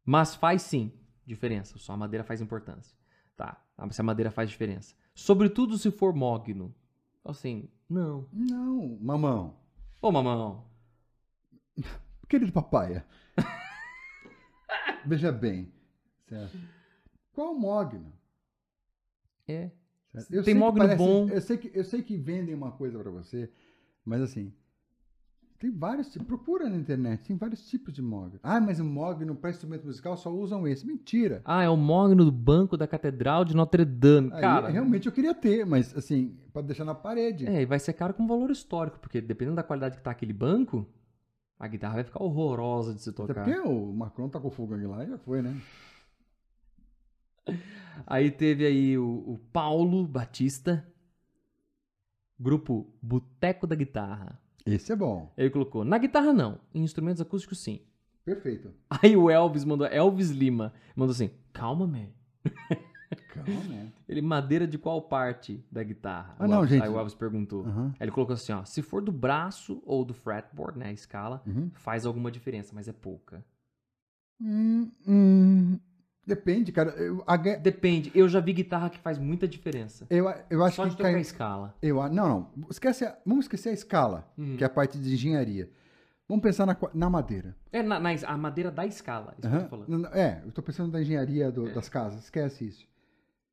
mas faz sim diferença. Só a madeira faz importância. Tá, ah, se a madeira faz diferença. Sobretudo se for mogno. Então, Assim, não.
Não, mamão.
Ô, mamão,
Querido papaya. Veja bem. Certo? Qual o mogno?
é.
Certo?
Tem
que
mogno bom.
Eu sei, que, eu sei que vendem uma coisa pra você, mas assim. Tem vários tipos. Procura na internet, tem vários tipos de mogno. Ah, mas o mogno para instrumento musical só usam esse. Mentira.
Ah, é o mogno do banco da Catedral de Notre Dame.
Aí,
Cara,
realmente eu queria ter, mas assim, pode deixar na parede.
É, e vai ser caro com valor histórico, porque dependendo da qualidade que tá aquele banco, a guitarra vai ficar horrorosa de se
Até
tocar.
porque o Macron tá com fogo aqui lá e já foi, né?
Aí teve aí o, o Paulo Batista, grupo Boteco da Guitarra.
Esse é bom.
Ele colocou, na guitarra não, em instrumentos acústicos sim.
Perfeito.
Aí o Elvis mandou, Elvis Lima, mandou assim, calma, man.
Calma, né?
Ele, madeira de qual parte da guitarra?
Ah,
O
não,
Elvis-
gente.
Aí o Elvis perguntou.
Aham.
Aí ele colocou assim, ó, se for do braço ou do fretboard, né, a escala,
Uhum.
faz alguma diferença, mas é pouca.
Hum, hum. Depende, cara. Eu, a gue-
Depende. Eu já vi guitarra que faz muita diferença.
eu, eu acho
Só de
que
tocar a
cai.
escala.
Eu, a- não, não. Esquece a- vamos esquecer a escala,
Uhum.
que é a parte de engenharia. Vamos pensar na, qua- na madeira.
É na, na es- a madeira da escala, isso que eu
Aham.
tô falando.
Não, não, É, eu tô pensando na engenharia do-
É.
das casas, esquece isso.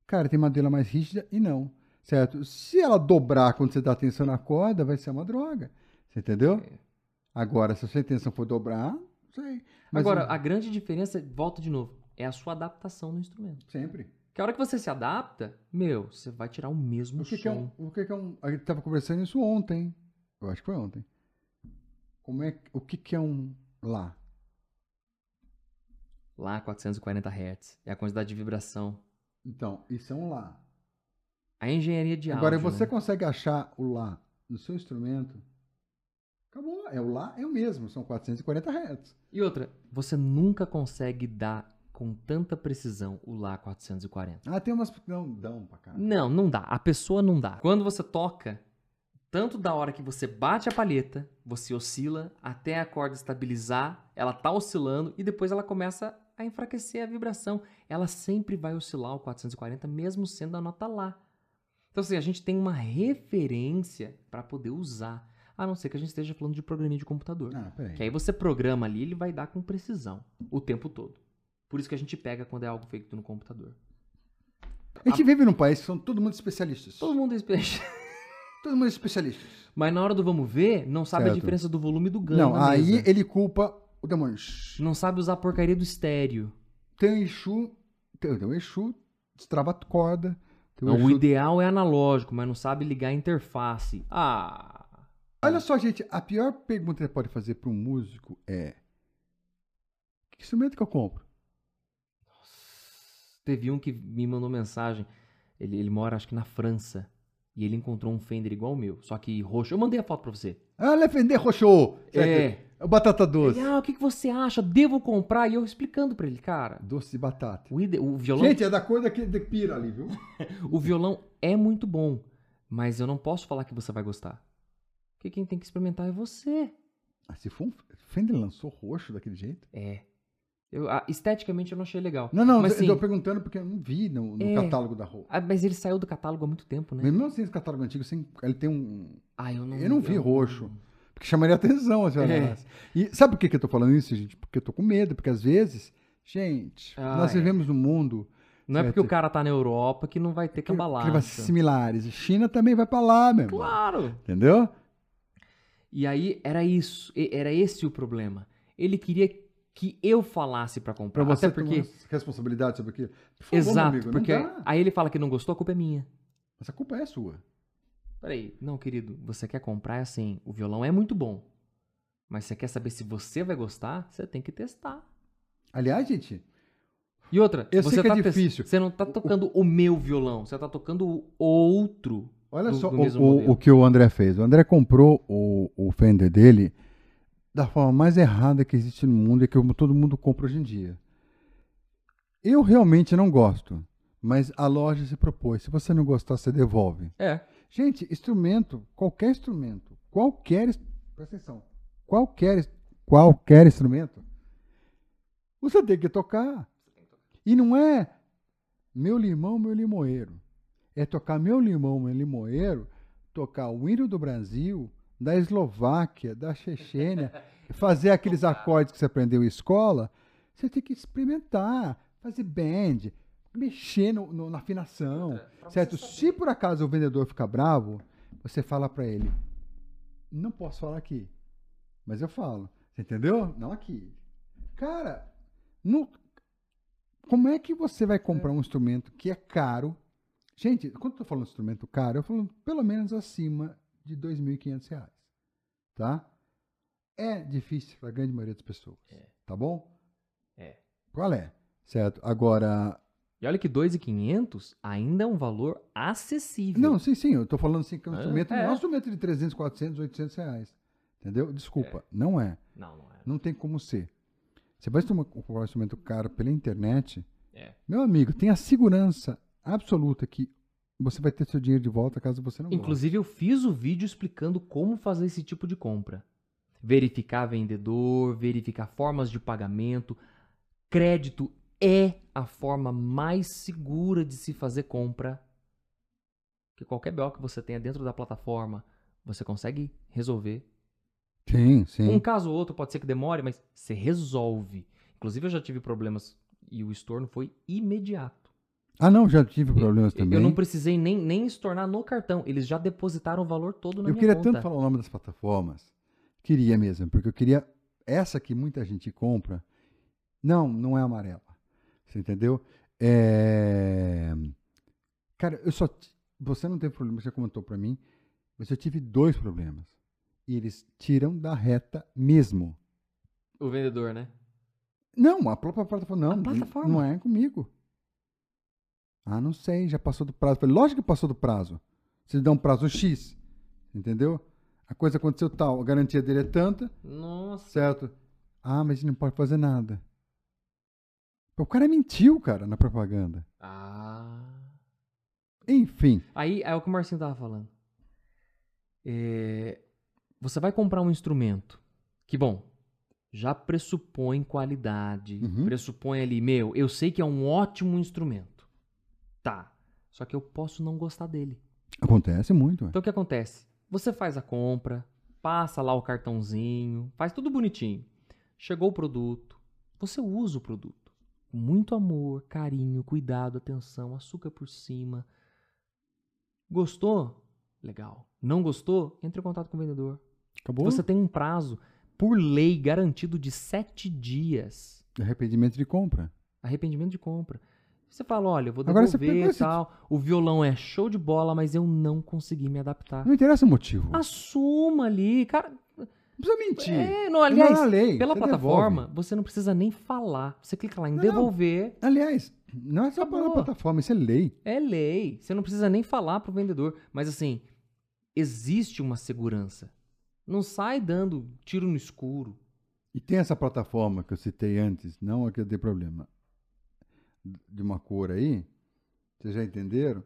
Cara, tem madeira mais rígida e não, certo? Se ela dobrar quando você dá tensão na corda, vai ser uma droga. Você entendeu?
É.
Agora, se a sua intenção for dobrar, não sei. Mas
Agora,
eu-
a grande diferença, volta de novo, é a sua adaptação no instrumento.
sempre.
Que a hora que você se adapta, meu, você vai tirar o mesmo
O que,
som.
que é um. O que, que é um. A gente tava conversando isso ontem. Eu acho que foi ontem. Como é, o que, que é um lá? um
Lá, 440 Hz. É a quantidade de vibração.
Então, isso é um lá.
A engenharia de
Agora,
áudio,
você
né?
consegue achar o Lá no seu instrumento? Acabou. É o Lá, é o mesmo. São 440 Hz.
E outra, você nunca consegue dar com tanta precisão o Lá 440.
Ah, tem umas. Não, dão pra cá.
Não, não dá. A pessoa não dá. Quando você toca, tanto da hora que você bate a palheta, você oscila até a corda estabilizar, ela tá oscilando e depois ela começa a enfraquecer a vibração. Ela sempre vai oscilar o 440, mesmo sendo a nota lá. Então, assim, a gente tem uma referência para poder usar, a não ser que a gente esteja falando de programinha de computador.
Ah, peraí.
Que aí você programa ali, ele vai dar com precisão o tempo todo. Por isso que a gente pega quando é algo feito no computador.
A gente vive num país que são todo mundo especialistas.
Todo
Todo,
mundo é espe-
mundo é especialistas.
Mas na hora do vamos ver, não sabe
Certo.
a diferença do volume do ganho.
Não,
na
aí
mesa.
ele culpa o demônio. Shhh. um
Não sabe usar a porcaria do estéreo.
Tem o Exu. Tem, tem o Exu, destrava a corda. um teu
Não, o
eixo-
ideal é analógico, mas não sabe ligar a interface. Ah,
Olha só, gente, a pior pergunta que você pode fazer para um músico é: Que instrumento que eu compro?
teve um que me mandou mensagem. Ele, ele mora, acho que na França. E ele encontrou um Fender igual o meu, só que roxo. Eu mandei a foto pra você.
Ah, Lefender Rochô!
É.
certo? É Batata doce.
Ele, ah, o que, que você acha? Devo comprar? E eu explicando pra ele, cara,
Doce de batata.
o, ide- o violão,
Gente, é da cor daquele de pira ali, viu?
o violão é muito bom, mas eu não posso falar que você vai gostar. Porque quem tem que experimentar é você.
Ah, se for um Fender lançou roxo daquele jeito?
É. Eu, ah, esteticamente eu não achei legal.
Não, não,
mas,
eu
assim,
tô perguntando porque eu não vi no, no
É.
catálogo da Rô.
ah, mas ele saiu do catálogo há muito tempo, né?
Mas mesmo assim, esse catálogo antigo, sem- ele tem um.
Ah, eu não
Eu não vi roxo. Porque chamaria atenção, assim,
É.
olha. E sabe por que, que eu tô falando isso, gente? Porque eu tô com medo, porque às vezes, gente,
Ah,
nós
é.
vivemos num mundo
Não é
Certo.
porque o cara tá na Europa que não vai ter cambalacho.
climas similares. China também vai pra lá, meu. irmão.
Claro!
Entendeu?
E aí era isso, e- era esse o problema. Ele queria que eu falasse pra
Pra
comprar,
você
até porque
tomar responsabilidade sobre aquilo. Por favor, meu
Exato,
amigo, não
porque
dá.
aí ele fala que não gostou, a culpa é minha.
Essa culpa é sua.
Peraí, não, querido, você quer comprar é assim, o violão é muito bom. Mas você quer saber se você vai gostar? Você tem que testar.
Aliás, gente,
E outra,
Eu sei
você
que é
tá tes-
difícil.
Você não tá tocando o meu violão, você tá tocando o outro.
olha
Do-
só
do
o-
mesmo
o,
modelo.
o que o André fez. O André comprou o, o Fender dele da forma mais errada que existe no mundo e que todo mundo compra hoje em dia. Eu realmente não gosto, mas a loja se propôs. Se você não gostar, você devolve.
É.
Gente, instrumento, qualquer instrumento, qualquer, ins- presta atenção, qualquer, qualquer instrumento, você tem que tocar. E não é meu limão, meu limoeiro. É tocar meu limão, meu limoeiro, tocar o hino do Brasil, da Eslováquia, da Chechênia, fazer aqueles acordes que você aprendeu em escola. Você tem que experimentar, fazer band, mexer no- no- na afinação. Certo? Se por acaso o vendedor ficar bravo, você fala pra ele: Não posso falar aqui, mas eu falo. Você entendeu? Não aqui. Cara, não- como é que você vai comprar um instrumento que é caro? Gente, quando eu tô falando instrumento caro, eu falo pelo menos acima de R$ 2.500 reais. Tá? É difícil pra grande maioria das pessoas.
É.
Tá bom?
É.
Qual é? Certo. Agora,
E olha que 2,500 ainda é um valor acessível.
Não, sim, sim, eu tô falando assim que é um
Ah,
instrumento,
Uhum. é.
não é um instrumento de 300, 400, 800 reais. Entendeu? Desculpa, não é.
não, não é.
Não tem como ser. Você vai tomar- comprar um instrumento caro pela internet,
É.
meu amigo, tem a segurança absoluta que você vai ter seu dinheiro de volta caso você não goste.
Inclusive, eu fiz o vídeo explicando como fazer esse tipo de compra. Verificar vendedor, verificar formas de pagamento. Crédito é a forma mais segura de se fazer compra. Que qualquer BO que você tenha dentro da plataforma, você consegue resolver.
Sim, sim.
Um caso ou outro pode ser que demore, mas você resolve. Inclusive, eu já tive problemas e o estorno foi imediato.
Ah, não, já tive problemas
Eu-
também.
Eu não precisei nem, nem estornar no cartão. Eles já depositaram o valor todo na
Eu
minha
queria
conta.
tanto falar o nome das plataformas. Queria mesmo, porque eu queria. Essa que muita gente compra. Não, não é amarela. Você entendeu? É... Cara, eu só. ti- Você não teve problema, você comentou pra mim, mas eu tive dois problemas. E eles tiram da reta mesmo.
O vendedor, né?
Não, a própria plataforma. Não,
A plataforma.
não é comigo. Ah, não sei, já passou do prazo. Falei, lógico que passou do prazo. Se dá um prazo X, entendeu? A coisa aconteceu tal, a garantia dele é tanta,
Nossa.
certo? Ah, mas ele não pode fazer nada. O cara mentiu, cara, na propaganda.
Ah.
Enfim,
Aí é o que o Marcinho tava falando. É, Você vai comprar um instrumento que, bom, já pressupõe qualidade,
Uhum.
pressupõe ali, meu, eu sei que é um ótimo instrumento. Tá. Só que eu posso não gostar dele.
acontece muito. ué.
Então o que acontece? Você faz a compra, passa lá o cartãozinho, faz tudo bonitinho. Chegou o produto, você usa o produto. Com muito amor, carinho, cuidado, atenção, açúcar por cima. Gostou? Legal. Não gostou? Entre em contato com o vendedor.
Acabou?
Você tem um prazo, por lei, garantido de sete dias.
Arrependimento de compra.
Arrependimento de compra. Você fala, olha, eu vou
Agora você
devolver
pegou
e
esse-
tal. O violão é show de bola, mas eu não consegui me adaptar.
Não interessa o motivo. Não
Assuma ali, cara.
precisa mentir.
Ah, É, não, aliás,
não é lei.
pela
você
plataforma,
devolve.
você não precisa nem falar. Você clica lá em
Não.
devolver,
Aliás, não é só pela
Acabou.
plataforma, isso é lei.
é lei. Você não precisa nem falar pro vendedor. Mas assim, existe uma segurança. Não sai dando tiro no escuro.
E tem essa plataforma que eu citei antes, não a que eu dei problema, de uma cor aí, vocês já entenderam?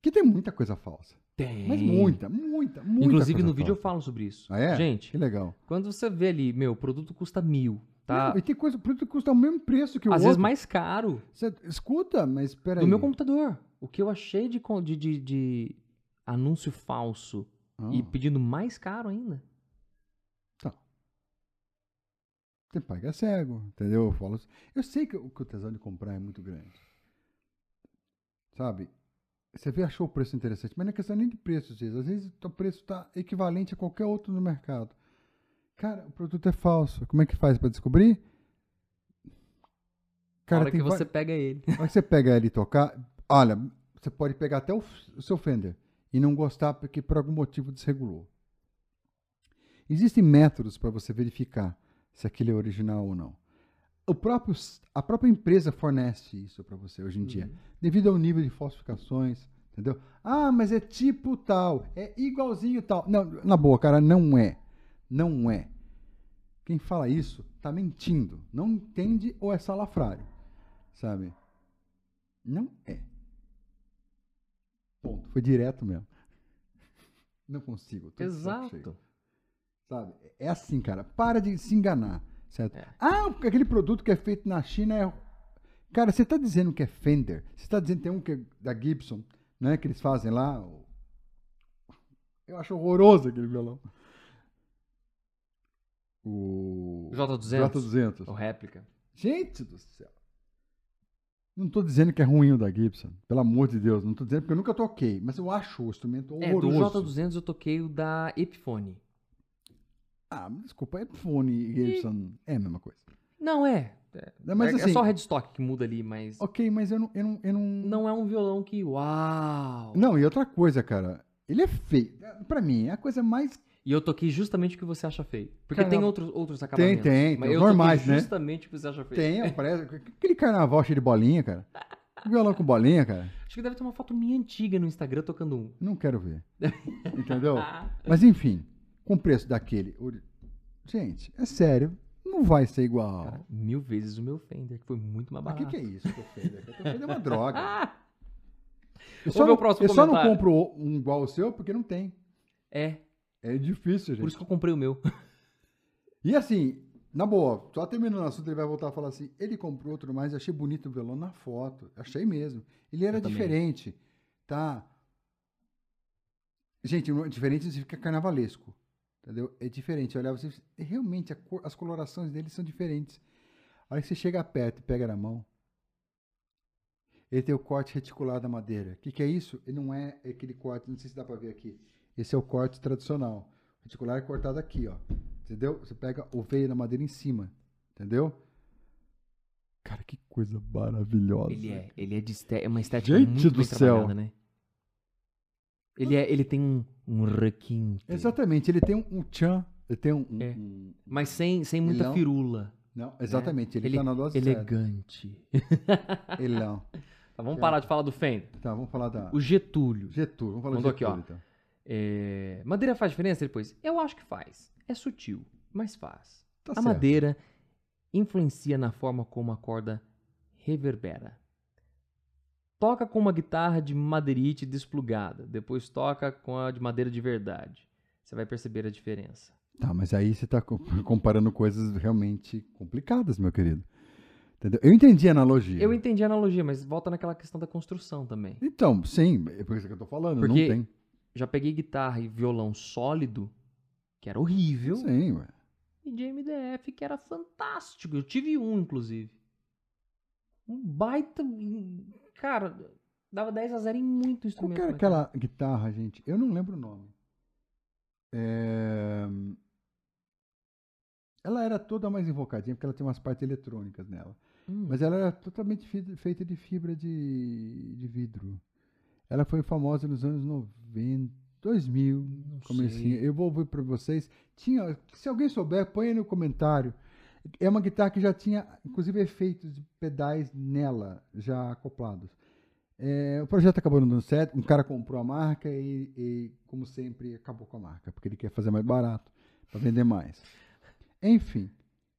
Que tem muita coisa falsa.
Tem.
Mas muita, muita, muita
Inclusive
coisa
no vídeo eu
falsa.
falo sobre isso.
Ah, é?
Gente,
Que legal.
quando você vê ali, meu, o produto custa mil, tá?
Não, e tem coisa, o produto custa o mesmo preço que o
Às
outro.
vezes mais caro
Você escuta, mas peraí.
do meu computador. O que eu achei de, con- de, de, de anúncio falso
Ah,
e pedindo mais caro ainda.
Você paga cego, entendeu? Eu, falo assim. eu sei que o, que o tesão de comprar é muito grande. Sabe? Você vê, achou o preço interessante, mas não é questão nem de preço, Cis. Às vezes o preço está equivalente a qualquer outro no mercado. Cara, o produto é falso. Como é que faz para descobrir?
na hora que
tem va-
você pega ele.
Na hora que você pega ele e tocar, olha, você pode pegar até o, o seu Fender e não gostar porque por algum motivo desregulou. Existem métodos para você verificar se aquilo é original ou não. O próprio, s- a própria empresa fornece isso para você hoje em Um
Hum.
dia, devido ao nível de falsificações, entendeu? Ah, mas é tipo tal, é igualzinho tal. Não, na boa, cara, não é. Não é. Quem fala isso tá mentindo, não entende ou é salafrário, sabe? Não é. Ponto. Foi direto mesmo. Não consigo. eu tô de saco cheio.
Exato.
Sabe? É assim, cara. Para de se enganar, certo?
É.
Ah, porque aquele produto que é feito na China é. Cara, você tá dizendo que é Fender. Você tá dizendo que tem um que é da Gibson, né? Que eles fazem lá. o- Eu acho horroroso aquele violão. O.
J200.
J200.
Ou réplica.
Gente do céu. Não tô dizendo que é ruim o da Gibson. Pelo amor de Deus. Não tô dizendo porque eu nunca toquei. Mas eu acho o instrumento
É, do
horroroso.
J200 eu toquei o da Epiphone.
Ah, desculpa. Epiphone e Gibson é a mesma coisa.
Não é. É,
Não, mas
é
assim,
só headstock que muda ali, mas
ok, mas eu não, eu não, eu não,
não é um violão que uau.
Não, e outra coisa, cara, ele é feio. Pra mim, é a coisa mais.
E eu toquei justamente o que você acha feio. Porque
Caramba.
tem outros, outros acabamentos.
tem,
mas
tem
eu
os
toquei
normais, né?
justamente o que você acha feio.
Tem, ó, parece. Aquele carnaval cheio de bolinha, cara. Violão com bolinha, cara.
Acho que deve ter uma foto minha antiga no Instagram tocando um.
Não quero ver. Entendeu?
Ah,
Mas enfim, com o preço daquele. ori- Gente, é sério. Não vai ser igual.
cara, mil vezes o meu Fender, que foi muito mais
Mas o
barato.
que, que é isso que eu fiz? Eu tô fazendo uma droga.
Ah!
Eu
Ouve o
só, não,
próximo
eu só não
comentário.
compro um igual ao seu porque não tem.
É,
É difícil, gente.
por isso que eu comprei o meu.
E assim, na boa, só terminando o assunto, ele vai voltar a falar assim: ele comprou outro mais, achei bonito o violão na foto. Achei mesmo. Ele era
Eu também.
diferente, tá? Gente, não- diferente não significa carnavalesco. Entendeu? É diferente. Olha, você, realmente a cor- as colorações dele são diferentes. A hora que você chega perto e pega na mão, ele tem o corte reticulado da madeira. O que, que é isso? Ele não é aquele corte, não sei se dá pra ver aqui. Esse é o corte tradicional. O reticular é cortado aqui, ó. Entendeu? Você pega o veio da madeira em cima. Entendeu? Cara, que coisa maravilhosa.
Ele é, ele é de esté- é uma estética
Gente
muito
do
bem
céu.
trabalhada, né? Ele, é, ele tem um, um requinte,
Exatamente. Ele tem um, um tchan. Ele tem um. um-
É.
um-
mas sem, sem muita
Ele não-
firula.
não, exatamente. Ele,
É. Ele-
tá na dose certa.
Elegante.
Ele não.
Tá, vamos
Já.
parar de falar do Fender.
Tá, vamos falar da.
O Getúlio.
Getúlio. Vamos falar do
Mandou aqui,
Getúlio,
ó.
então.
É, Madeira faz diferença depois? Eu acho que faz. É sutil, mas faz.
Tá
a
certo.
madeira influencia na forma como a corda reverbera. Toca com uma guitarra de madeirite desplugada, depois toca com a de madeira de verdade. Você vai perceber a diferença.
Tá, mas aí você tá co- comparando coisas realmente complicadas, meu querido. Entendeu? Eu entendi a analogia.
Eu entendi a analogia, mas volta naquela questão da construção também.
Então, sim, é por isso que eu tô falando,
Porque-
não tem.
Já peguei guitarra e violão sólido, que era horrível,
Sim, ué.
e de MDF, que era fantástico. Eu tive um, inclusive. Um baita. um, Cara, dava 10 a 0 em muito
Qual
instrumento.
que era
naquela
aquela guitarra, gente? Eu não lembro o nome. É... Ela era toda mais invocadinha, porque ela tem umas partes eletrônicas nela.
Hum,
Mas ela era totalmente fi- feita de fibra de, de vidro. Ela foi famosa nos anos 90, 2000,
não
comecinho.
sei.
Eu vou ouvir para vocês. Tinha, se alguém souber, põe aí no comentário. É uma guitarra que já tinha, inclusive, efeitos de pedais nela, já acoplados. É, o projeto acabou não dando certo, um cara comprou a marca e, e, como sempre, acabou com a marca, porque ele quer fazer mais barato, para vender mais. Enfim,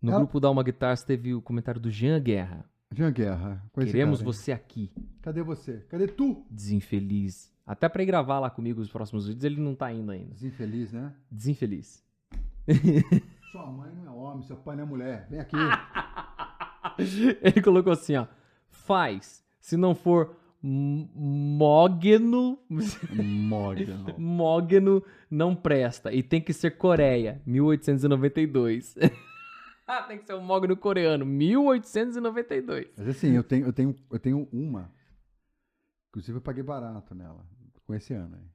No
ela-
grupo da Alma Guitars teve o comentário do Jean Guerra.
Jean Guerra. com esse
Queremos
cara aí.
você aqui,
Cadê você? Cadê tu?
desinfeliz. Até pra ir gravar lá comigo os próximos vídeos, ele não tá indo ainda.
Desinfeliz, né?
Desinfeliz.
Sua mãe não é homem, seu pai não é mulher. Vem aqui.
Ele colocou assim, ó. Faz. Se não for m- mogno,
Morgan.
mogno não presta. E tem que ser Coreia, 1892. Ah, tem que ser um mogno coreano, 1892.
Mas assim, eu tenho, eu tenho, eu tenho uma. Inclusive eu paguei barato nela. Com esse ano, hein?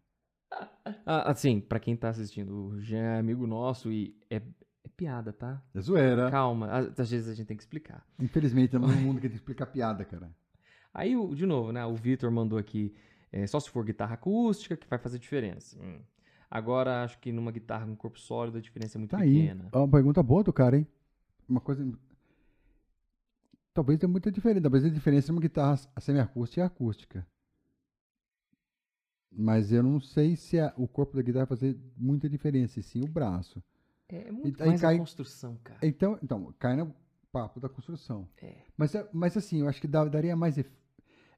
Ah, assim, pra quem tá assistindo, o Jean é amigo nosso e é, é piada, tá?
É zoeira.
Calma, às às vezes a gente tem que explicar.
Infelizmente, estamos num mundo que tem que explicar piada, cara.
Aí, o- de novo, né? O Vitor mandou aqui, é, só se for guitarra acústica que vai fazer diferença. Hum. Agora, acho que numa guitarra com corpo sólido a diferença é muito
Tá aí.
pequena.
Ó, Uma pergunta boa do cara, hein? Uma coisa. Talvez tenha muita diferença. Talvez a diferença é uma guitarra semiacústica e acústica. Mas eu não sei se a- o corpo da guitarra vai fazer muita diferença, e sim o braço.
É muito
aí
mais a
cai-
construção, cara.
Então, então cai no papo da construção.
É.
Mas, é- mas assim, eu acho que dá- daria mais. ef-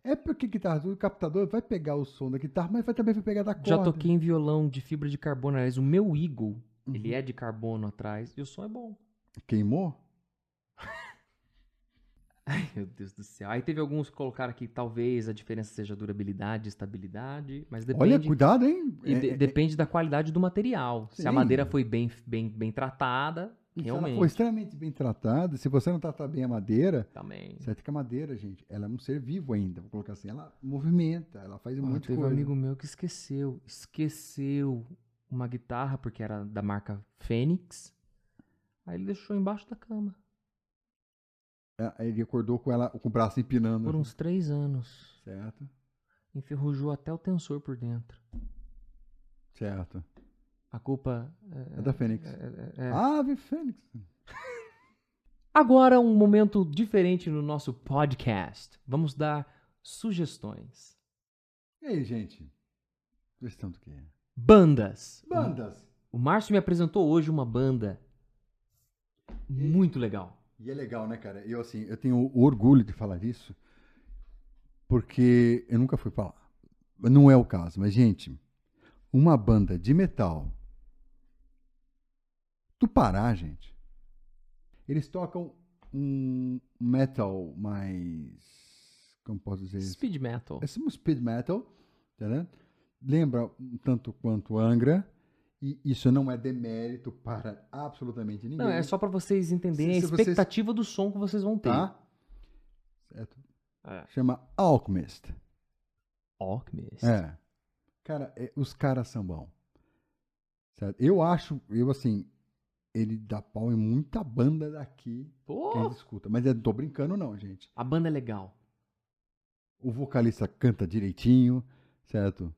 É porque guitarra, o captador vai pegar o som da guitarra, mas vai também vai pegar da corda.
Já toquei em violão de fibra de carbono. Aliás, o meu Eagle,
Uhum.
ele é de carbono atrás e o som é bom.
Queimou?
Ai, meu Deus do céu. Aí teve alguns que colocaram aqui, talvez a diferença seja durabilidade e estabilidade, mas depende...
Olha, cuidado, hein?
e
É,
de-
é,
depende da qualidade do material. Se a
Sim.
madeira foi bem, bem, bem tratada,
se ela
realmente.
for é, extremamente bem tratada, se você não tratar bem a madeira,
Também.
certo que a madeira, gente, ela é um ser vivo ainda, vou colocar assim, ela movimenta, ela faz um
Ah,
monte de
teve um
coisa.
amigo meu que esqueceu. Esqueceu uma guitarra, porque era da marca Fênix. Aí ele deixou embaixo da cama.
Ah, Ele acordou com ela com o braço empinando.
Por um uns três anos.
Certo?
Enferrujou até o tensor por dentro.
Certo.
A culpa.
É, da Fênix.
é- é- é-
Ave Fênix.
Agora um momento diferente no nosso podcast. Vamos dar sugestões.
E aí, gente? Questão do quê?
Bandas.
Bandas.
O Márcio me apresentou hoje uma banda muito legal.
E é legal, né, cara? Eu, assim, eu tenho o orgulho de falar isso, porque eu nunca fui pra lá. Não é o caso, mas, gente, uma banda de metal do Pará, gente, eles tocam um metal mais. Como posso dizer isso?
Speed metal.
É um speed metal, entendeu? lembra um tanto quanto Angra, e isso não é demérito para absolutamente ninguém.
Não, é só pra vocês entenderem
Se- se
a
vocês-
expectativa do som que vocês vão ter.
tá? Certo?
É.
Chama Alchemist.
Alchemist.
É. Cara, é- os caras são bons. Certo? Eu acho, eu assim, ele dá pau em muita banda daqui
Pô,
que a gente escuta. Mas eu não tô brincando, não, gente.
a banda é legal.
O vocalista canta direitinho, certo?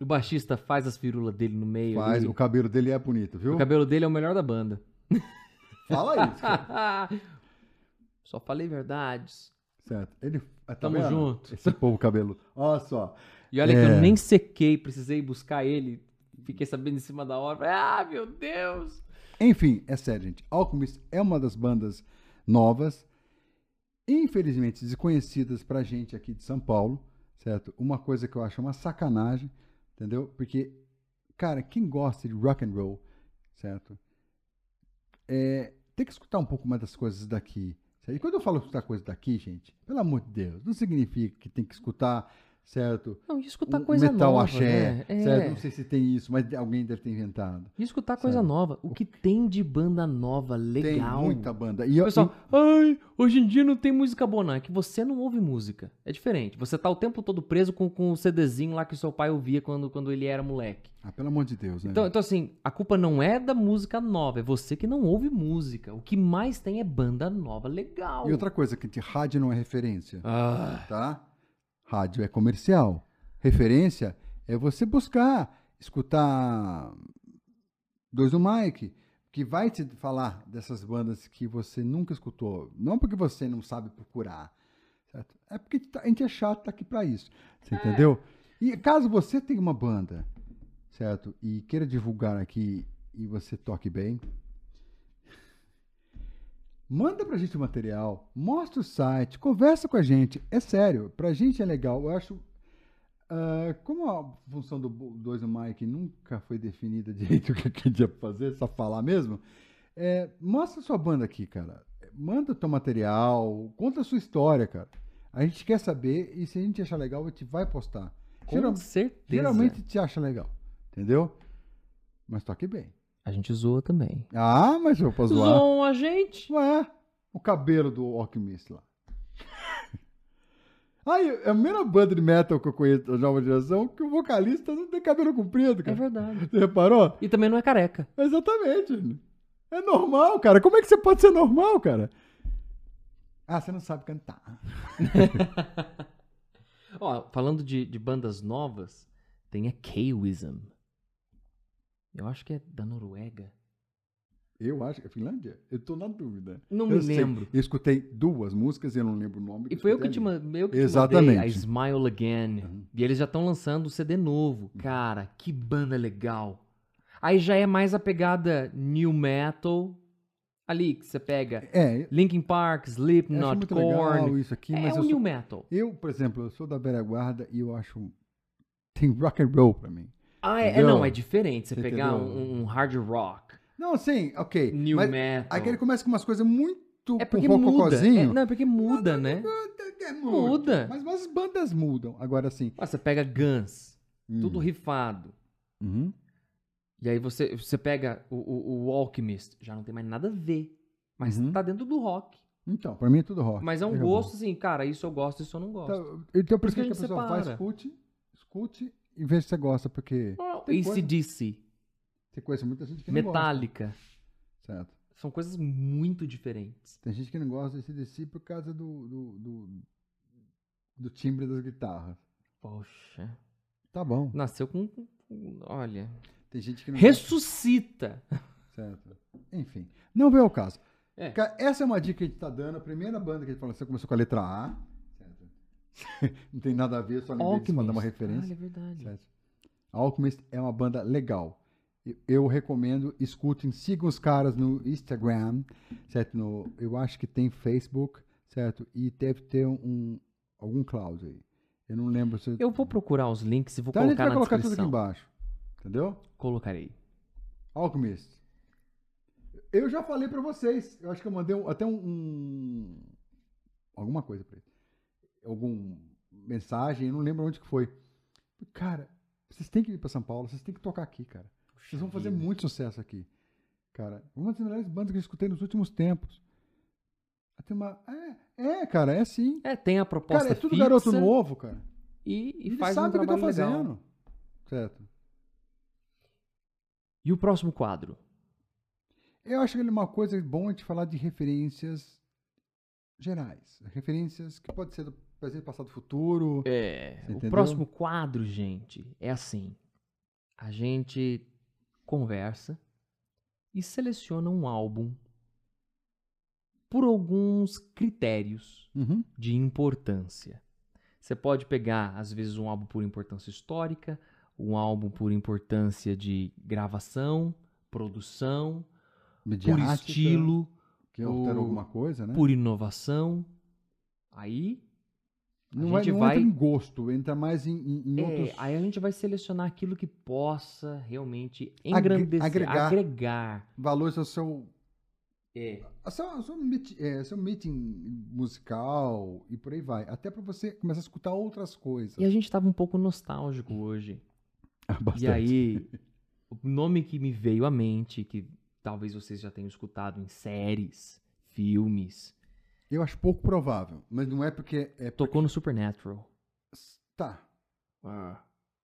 O baixista faz as firulas dele no meio.
Faz,
ali.
o cabelo dele é bonito, viu?
O cabelo dele é o melhor da banda.
Fala isso, cara.
Só falei verdades.
certo? Ele. Tá
Tamo
vendo?
junto.
Esse povo cabeludo. Olha só.
E olha que eu
É.
nem sequei, precisei buscar ele. Fiquei sabendo em cima da hora. Falei, Ah, meu Deus!
Enfim, é sério, gente. Alchemist é uma das bandas novas, infelizmente desconhecidas pra gente aqui de São Paulo, certo? Uma coisa que eu acho uma sacanagem, entendeu? Porque, cara, quem gosta de rock and roll, certo? É, tem que escutar um pouco mais das coisas daqui. certo? E quando eu falo escutar coisas daqui, gente, pelo amor de Deus, não significa que tem que escutar certo?
Não, e escutar
Um- um
coisa
metal
nova.
axé,
né? É.
certo? Não sei se tem isso, mas alguém deve ter inventado.
E escutar coisa
Sabe?
nova. O que tem de banda nova legal?
Tem muita banda. E
O
eu-
pessoal, ai, hoje em dia não tem música boa, não. É que você não ouve música. É diferente. Você tá o tempo todo preso com, com o CDzinho lá que seu pai ouvia quando, quando ele era moleque.
Ah, pelo amor de Deus, né?
Então, então, assim, a culpa não é da música nova, é você que não ouve música. O que mais tem é banda nova legal.
E outra coisa, que de rádio não é referência,
Ah,
tá? Rádio é comercial. Referência é você buscar, escutar dois do Mike, que vai te falar dessas bandas que você nunca escutou. Não porque você não sabe procurar, certo? É porque tá- a gente é chato tá aqui pra isso,
É.
você entendeu? E caso você tenha uma banda, certo? E queira divulgar aqui e você toque bem, Manda pra gente o material, mostra o site, conversa com a gente. É sério, pra gente é legal. Eu acho. ah, como a função do 2 do Mike nunca foi definida direito o que que a gente ia fazer, só falar mesmo. é, mostra sua banda aqui, cara. Manda o teu material, conta a sua história, cara. A gente quer saber e se a gente achar legal, a gente vai postar.
com
Geral-
certeza.
geralmente te acha legal, entendeu? Mas toque bem.
A gente zoa também.
Ah, mas eu posso zoar.
Zoam a gente?
Ué, o cabelo do Alchemist lá. Aí, é a primeira banda de metal que eu conheço da nova geração que o vocalista não tem cabelo comprido,
É
cara.
verdade.
Você reparou?
E também não é careca.
Exatamente. É normal, cara. Como é que você pode ser normal, cara? Ah, você não sabe cantar.
Ó, falando de, de bandas novas, tem a K-Wism. Eu acho que é da Noruega.
Eu acho que é Finlândia. Eu tô na dúvida.
Não
Eu
me
sei.
lembro.
Eu escutei duas músicas e eu não lembro o nome.
E foi eu que
escutei
te,
ali.
ma- eu que te
é Exatamente.
mandei a Smile Again.
Uhum.
E eles já estão lançando o CD novo. Cara, que banda legal. Aí já é mais a pegada new metal. Ali que você pega
É,
Linkin Park,
eu acho
Slipknot,
muito legal
Korn.
isso aqui,
É
mas
o
eu sou-
new metal.
Eu, por exemplo, eu sou da velha guarda e eu acho tem rock and roll pra mim.
Ah, é, é,
Entendeu?
não, é diferente. Você
Você
pegar
entendeu?
um, um hard rock,
Não, sim, ok.
new
mas
metal.
aí que ele começa com umas coisas muito
É
com
porque muda. É,
rococozinho.
não, é porque muda, né?
É,
Muda.
Mas, mas as bandas mudam. Agora assim,
Ó, Você pega Guns, tudo
hum,
rifado.
uhum.
E aí você, você pega o, o, o Alchemist, já não tem mais nada a ver. Mas
Uhum.
tá dentro do rock.
Então, pra mim é tudo rock.
Mas é um
Acabou.
gosto assim, cara, isso eu gosto, isso eu não gosto.
Então, então por isso que
Porque
a
a gente
pessoa vai,
separa.
escute, escute e vê se você gosta, porque
Tá,
tem coisa-
ACDC,
você conhece muita gente que não
Metallica,
gosta. Certo.
são coisas muito diferentes.
Tem gente que não gosta desse DC por causa do, do, do, do timbre das guitarras.
Poxa.
Tá bom.
Nasceu com. com- com- Olha.
Tem gente que não gosta.
Ressuscita!
Certo. Enfim, não veio ao caso.
É.
Ca- Essa é uma dica que a gente está dando. A primeira banda que a gente falou, você começou com a letra A. Certo. não tem nada a ver, só lembrei disso pra dar uma
Olha,
referência.
é verdade.
certo. Alchemist é uma banda legal. E- Eu recomendo, escutem, sigam os caras no Instagram, certo? No, eu acho que tem Facebook, certo? E deve ter um algum cloud aí. Eu não lembro se.
Eu vou procurar os links e vou
então a gente
colocar
vai
na
colocar tudo aqui
descrição.
embaixo. Entendeu?
Colocarei.
Alchemist. Eu já falei pra vocês. Eu acho que eu mandei um- até um, um- alguma coisa pra ele. Algum mensagem, eu não lembro onde que foi. Cara, vocês têm que vir pra São Paulo, vocês têm que tocar aqui, cara. Vocês vão fazer
Vida.
muito sucesso aqui. Cara, uma das melhores bandas que eu escutei nos últimos tempos. Tem uma, é, é, cara, é sim.
É, tem a proposta
Cara, é tudo
fixa
garoto novo, cara.
e, e
Ele
faz um
sabe o que eu
trabalho
tô
legal.
fazendo. Certo.
E o próximo quadro?
Eu acho que ele é uma coisa bom a gente falar de referências gerais. Referências que pode ser do presente, passado, futuro.
É,
Você
o
entendeu?
próximo quadro, gente, é assim. A gente conversa e seleciona um álbum por alguns critérios
Uhum.
de importância. Você pode pegar, às vezes, um álbum por importância histórica, um álbum por importância de gravação, produção, por
Midiática,
estilo,
Que altera
por-
alguma coisa, né?
por inovação. Aí a
não
gente
é, não
vai-
entra em gosto, entra mais em, em- em
É,
outros.
aí a gente vai selecionar aquilo que possa realmente
Agre-
engrandecer,
agregar.
agregar.
Valores ao seu
É.
Só, só, um meet- é, só um meeting musical e por aí vai. Até pra você começar a escutar outras coisas. Ah,
E a gente tava um pouco nostálgico hoje.
Bastante.
E aí, o nome que me veio à mente, que talvez vocês já tenham escutado em séries, filmes,
Eu acho pouco provável, mas não é porque é.
tocou no Supernatural.
Tá.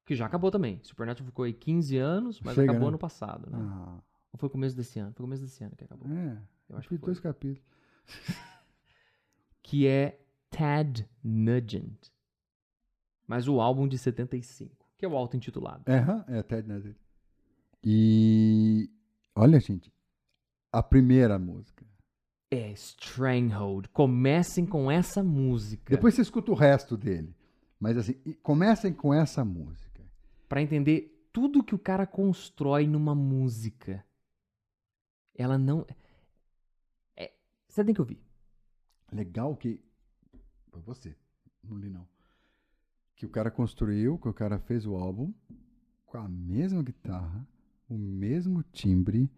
Que já acabou também. Supernatural ficou aí 15 anos, mas
Chega, né?
acabou ano passado, né?
Ah,
Ou foi começo desse ano? Foi começo desse ano que acabou.
é.
Eu acho que foi.
dois capítulos.
Que é Tad Nugent. Mas o álbum de 75, que é o auto-intitulado.
É, hã? é até dele. E. Olha, gente. A primeira música.
É Stranghold. Comecem com essa música.
Depois você escuta o resto dele. Mas assim, e comecem com essa música.
Pra entender tudo que o cara constrói numa música. Ela não. É, Você tem que ouvir.
Legal que. Foi você. Não li, não. Que o cara construiu, que o cara fez o álbum com a mesma guitarra, o mesmo timbre,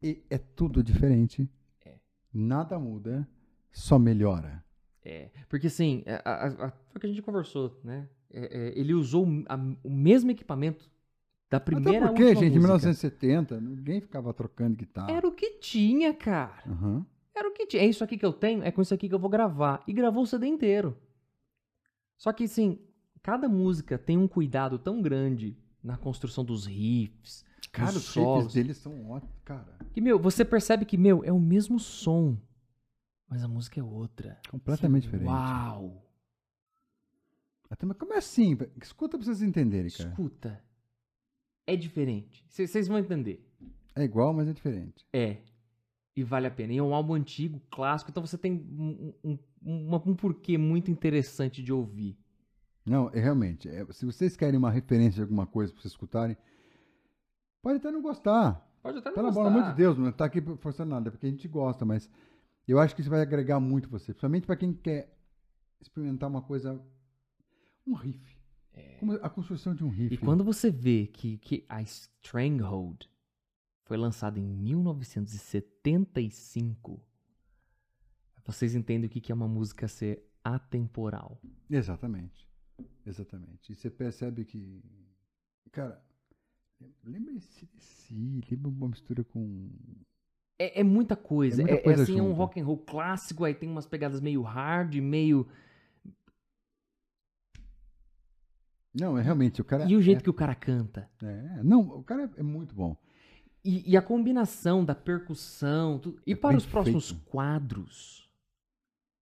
e é tudo diferente.
É.
Nada muda, só melhora.
É, porque assim, a- a- a- foi o que a gente conversou, né? É, é, ele usou a- o mesmo equipamento da
Até
primeira à
porque,
última
gente, em
música.
1970, ninguém ficava trocando guitarra.
Era um o que tinha, cara.
Aham.
Era o que tinha. É isso aqui que eu tenho, é com isso aqui que eu vou gravar. E gravou o CD inteiro. Só que assim, cada música tem um cuidado tão grande na construção dos riffs,
Cara,
Os
os riffs
solos.
deles são ótimos, cara.
Que, meu, você percebe que, meu, é o mesmo som, mas a música é outra.
Completamente
Você-
diferente.
Uau!
Até, mas como é assim? Escuta pra vocês entenderem, cara.
Escuta. É diferente. C- Vocês vão entender.
É igual, mas é diferente.
É. E vale a pena. E é um álbum antigo, clássico, então você tem um, um, um- uma- um porquê muito interessante de ouvir.
Não, é realmente. é, se vocês querem uma referência de alguma coisa pra vocês escutarem, pode até não gostar.
Pode até não
Pelo
gostar.
amor amor de Deus, não tá aqui forçando nada, porque a gente gosta, mas eu acho que isso vai agregar muito você. Principalmente pra quem quer experimentar uma coisa. Um riff. Como a construção de um riff.
É. E quando você vê que, que a Stranghold foi lançada em 1975, vocês entendem o que que é uma música ser atemporal.
Exatamente. Exatamente. E você percebe que. Cara, lembra esse. esse- Lembra uma mistura com.
É, é muita coisa.
É
É,
muita
é
coisa
assim, é um
junto.
rock and roll clássico, aí tem umas pegadas meio hard, meio.
Não, é realmente. O cara.
E o jeito que o cara canta.
é- é, não, o cara é muito bom.
E, e a combinação da percussão. tudo. E
É
para os
perfeito.
próximos quadros,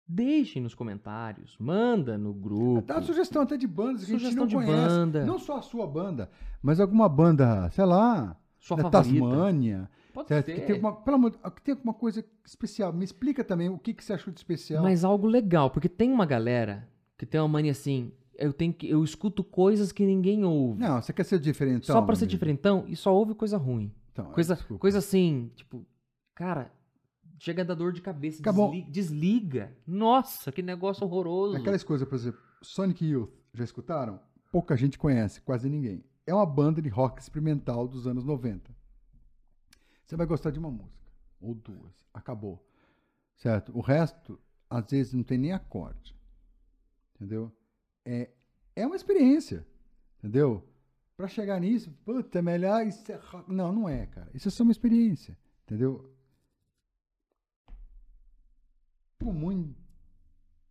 deixem nos comentários, manda
É,
no
tá
grupo.
Dá sugestão até de bandas que
sugestão
a
de
gente não conhece.
banda.
Não só a sua banda, mas alguma banda, sei lá,
sua
da
favorita.
Tasmânia.
Pode
certo?
ser.
Que tem alguma, pelo amor, de- que tem alguma coisa especial. Me explica também o que, que você achou de especial.
Mas algo legal, porque tem uma galera que tem uma mania assim, eu tenho que eu escuto coisas que ninguém ouve.
Não, você quer ser diferente. então,
só pra ser diferentão e só ouve coisa ruim.
é, Ah,
Coisa, coisa assim, tipo, cara, chega a dar dor de cabeça,
Acabou.
desliga, desliga. Nossa, que negócio horroroso.
Aquelas coisas, por exemplo, Sonic Youth, já escutaram? Pouca gente conhece, quase ninguém. É uma banda de rock experimental dos anos 90. Você vai gostar de uma música, ou duas, acabou. Certo? O resto, às vezes, não tem nem acorde. Entendeu? É, é uma experiência. Entendeu? Pra chegar nisso, puta, é melhor isso é rock. Não, não é, cara. Isso é só uma experiência. Entendeu? Com muito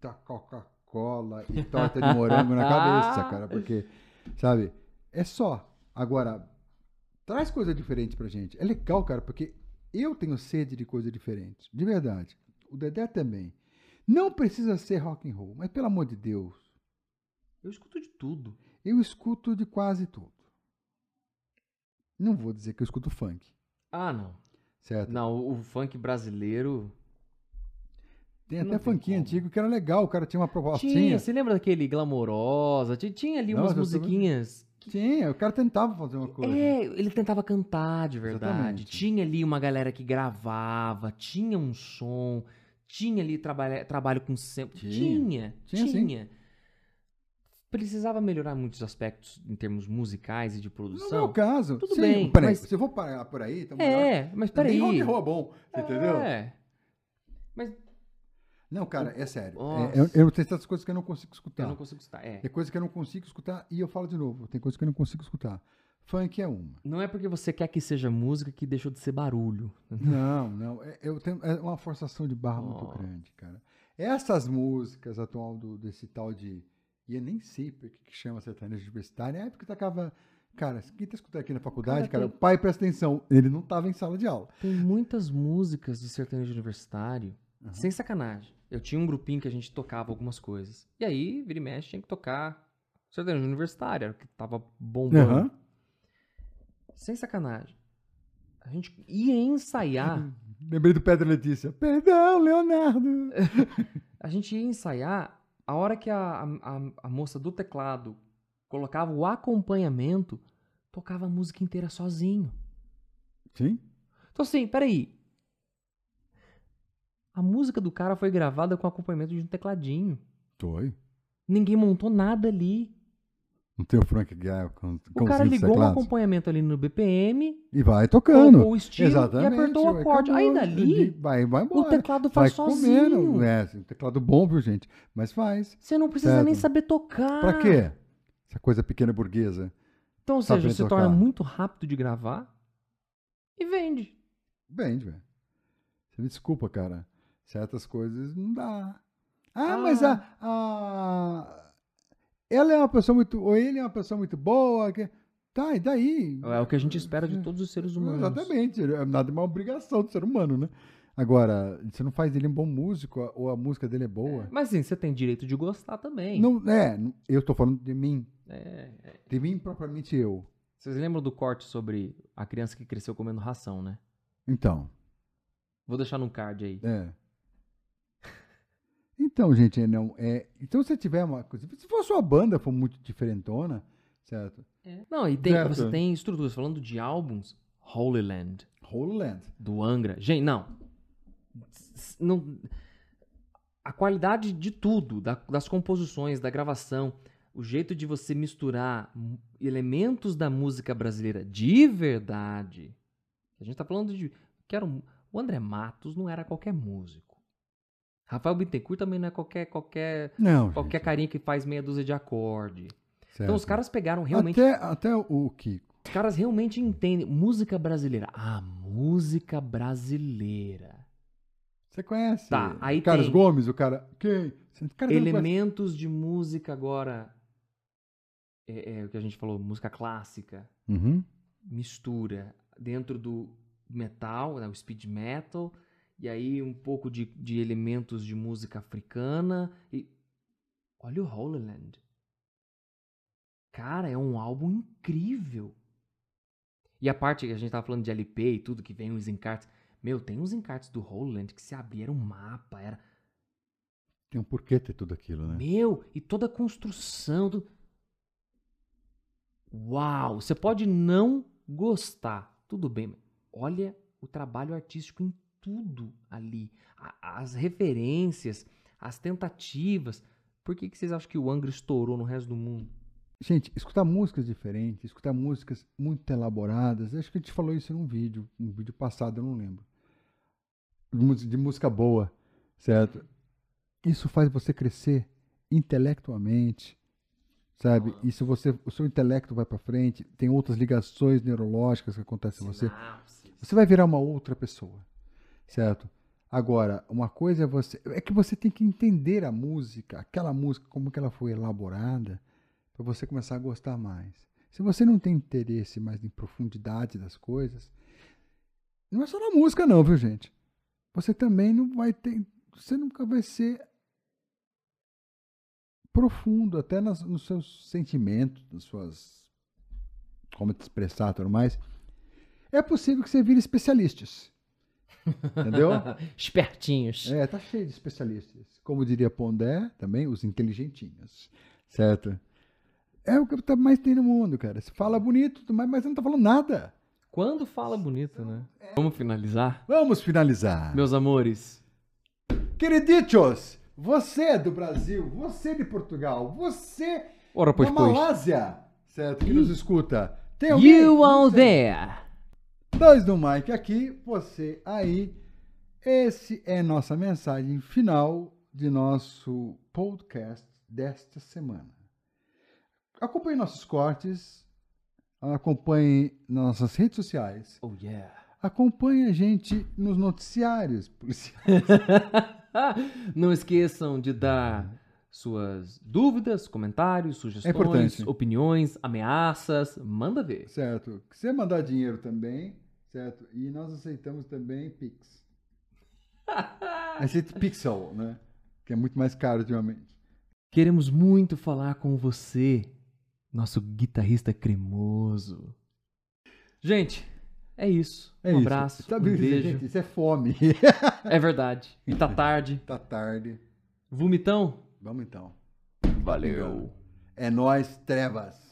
muita Coca-Cola e torta de morango na cabeça, cara, porque, sabe, é só. Agora, traz coisa diferente pra gente. É legal, cara, porque eu tenho sede de coisa diferente, de verdade. O Dedé também. Não precisa ser rock and roll, mas pelo amor de Deus,
Eu escuto de tudo.
eu escuto de quase tudo. Não vou dizer que eu escuto funk,
Ah, não.
certo?
Não, o o funk brasileiro.
tem
não
até
tem
funkinho
como.
antigo que era legal, o cara tinha uma propostinha.
Tinha, você lembra daquele glamourosa? Tinha, tinha ali umas
Nossa, eu sou-
musiquinhas.
Tinha, o cara tentava fazer uma coisa.
É, ele tentava cantar de verdade.
Exatamente.
Tinha ali uma galera que gravava, tinha um som, tinha ali trabalha, trabalho com sample.
Tinha.
Tinha, tinha.
Tinha, sim.
precisava melhorar muitos aspectos em termos musicais e de
No
produção.
meu caso,
Tudo
sim,
bem,
Peraí,
mas-
se eu vou parar por aí, então melhor.
é, mas peraí.
Nem rock and roll é bom, você entendeu?
É.
Não, cara, é sério.
Nossa.
É, eu, eu tenho certas coisas que eu não consigo escutar.
Eu não consigo citar. É.
Tem coisa que eu não consigo escutar e eu falo de novo, tem coisa que eu não consigo escutar. Funk é uma.
Não é porque você quer que seja música que deixou de ser barulho.
Não, não. é- Eu tenho é uma forçação de barra
Oh.
muito grande, cara. Essas músicas atual do, desse tal de. E eu nem sei por que que chama sertanejo universitário. É porque tacava. Cara, quem tá escutando aqui na faculdade,
Cara,
cara,
tem-
o pai presta atenção. Ele não tava em sala de aula.
Tem muitas músicas de sertanejo universitário,
Aham.
sem sacanagem. Eu tinha um grupinho que a gente tocava algumas coisas. E aí, vira e mexe, tinha que tocar sertanejo universitário, era o que tava bombando.
Aham.
Sem sacanagem. A gente ia ensaiar,
Lembrei do Pedro Letícia. Perdão, Leonardo.
a gente ia ensaiar a hora que a, a, a moça do teclado colocava o acompanhamento, tocava a música inteira sozinho.
Sim?
Então assim, peraí. A música do cara foi gravada com acompanhamento de um tecladinho.
Foi.
Ninguém montou nada ali.
Não tem o Frank Gaia com, com
O cara
os
ligou um
teclados?
acompanhamento ali no BPM,
E vai tocando.
colocou o estilo
Exatamente.
e apertou o
ué,
acorde.
acabou,
Aí dali,
Vai, vai
o
embora.
teclado
Vai
faz
comendo.
sozinho.
É, um teclado bom, viu, gente? Mas faz.
Você não precisa
Certo.
nem saber tocar.
Pra quê? Essa coisa pequena burguesa.
Então, ou
Saber
seja, você
tocar.
torna muito rápido de gravar e vende.
Vende, velho. Você me desculpa, cara. Certas coisas não dá. Ah, mas a, a- Ela é uma pessoa muito. Ou ele é uma pessoa muito boa. que- Tá, e daí?
É o que a gente espera de todos os seres humanos.
Exatamente. É nada é uma obrigação do ser humano, né? Agora, você não faz dele um bom músico, ou a música dele é boa.
Mas sim, você tem direito de gostar também.
Não, é, não- eu tô falando de mim.
É, é.
De mim propriamente eu.
Vocês lembram do corte sobre a criança que cresceu comendo ração, né?
Então,
Vou deixar num card aí.
é. Então, gente, é, não é. Então, se tiver uma coisa, se for sua banda for muito diferentona, certo?
Não, e tem-
Certo.
você tem estruturas falando de álbuns. Holy Land,
Holy Land.
do Angra. Gente, não. S- não a qualidade de tudo, da- das composições, da gravação, o jeito de você misturar m- elementos da música brasileira de verdade. A gente tá falando de. Que era um- o André Matos não era qualquer músico. Rafael Bittencourt também não é qualquer, qualquer,
Não.
qualquer
gente,
carinha que faz meia dúzia de acorde. Então
certo.
os caras pegaram realmente
Até, É. até o Kiko.
os caras realmente entendem. Música brasileira. Ah, música brasileira.
Você conhece?
Tá, aí
Carlos
tem-
Gomes, o cara. Quem? Cara, um você não conhece-
Elementos de música agora. É, é o que a gente falou, música clássica.
Uhum.
Mistura dentro do metal, né, o speed metal. E aí um pouco de, de elementos de música africana. E... Olha o Holy Land. Cara, é um álbum incrível. E a parte que a gente tava falando de LP e tudo, que vem os encartes. Meu, tem uns encartes do Roland que se abria, era um mapa, era.
Tem um porquê ter tudo aquilo, né?
Meu, e toda a construção do. Uau! Você pode não gostar, tudo bem, mas olha o trabalho artístico em tudo ali. A- as referências, as tentativas. Por que, que vocês acham que o Angra estourou no resto do mundo?
Gente, escutar músicas diferentes, escutar músicas muito elaboradas. Acho que a gente falou isso num vídeo, um vídeo passado, eu não lembro. De mús- De música boa, certo? Isso faz você crescer intelectualmente, sabe?
Ah.
E se você, o seu intelecto vai pra frente, tem outras ligações neurológicas que acontecem em você.
Sinapses.
Você vai virar uma outra pessoa, certo? Agora, uma coisa é você. É que você tem que entender a música, aquela música, como que ela foi elaborada, para você começar a gostar mais. Se você não tem interesse mais em profundidade das coisas, não é só na música, não, viu, gente? Você também não vai ter. Você nunca vai ser profundo, até nas- nos seus sentimentos, nas suas. Como te expressar e tudo mais é possível que você vire especialistas. Entendeu?
Espertinhos.
é, tá cheio de especialistas. Como diria Pondé, também os inteligentinhos. Certo? É o que tá mais tem no mundo, cara. Se fala bonito, tudo mais, mas não tá falando nada.
Quando fala bonito, né?
É.
Vamos finalizar?
Vamos finalizar.
Meus amores,
é Queriditos, você do Brasil, você de é Portugal, você
Ora, pois,
Na
pois.
Malásia, certo? Que nos escuta. Tem alguém?
You
Não
all
sei.
there.
Dois do Mike aqui, você aí. Esse é nossa mensagem final de nosso podcast desta semana. Acompanhe nossos cortes, acompanhe nossas redes sociais,
Oh, yeah.
acompanhe a gente nos noticiários policiais.
Não esqueçam de dar suas dúvidas, comentários, sugestões,
importante.
opiniões, ameaças. Manda ver.
Certo? Se você mandar dinheiro também, certo? E nós aceitamos também Pix. Aceito Pixel, né? Que é muito mais caro ultimamente.
Queremos muito falar com você, nosso guitarrista cremoso. Gente, é isso.
É
um
isso.
abraço,
Sabe,
um beijo.
Gente, isso é fome.
É verdade. E tá tarde.
tá tarde.
Vomitão?
Vamos então.
Valeu.
É nós trevas.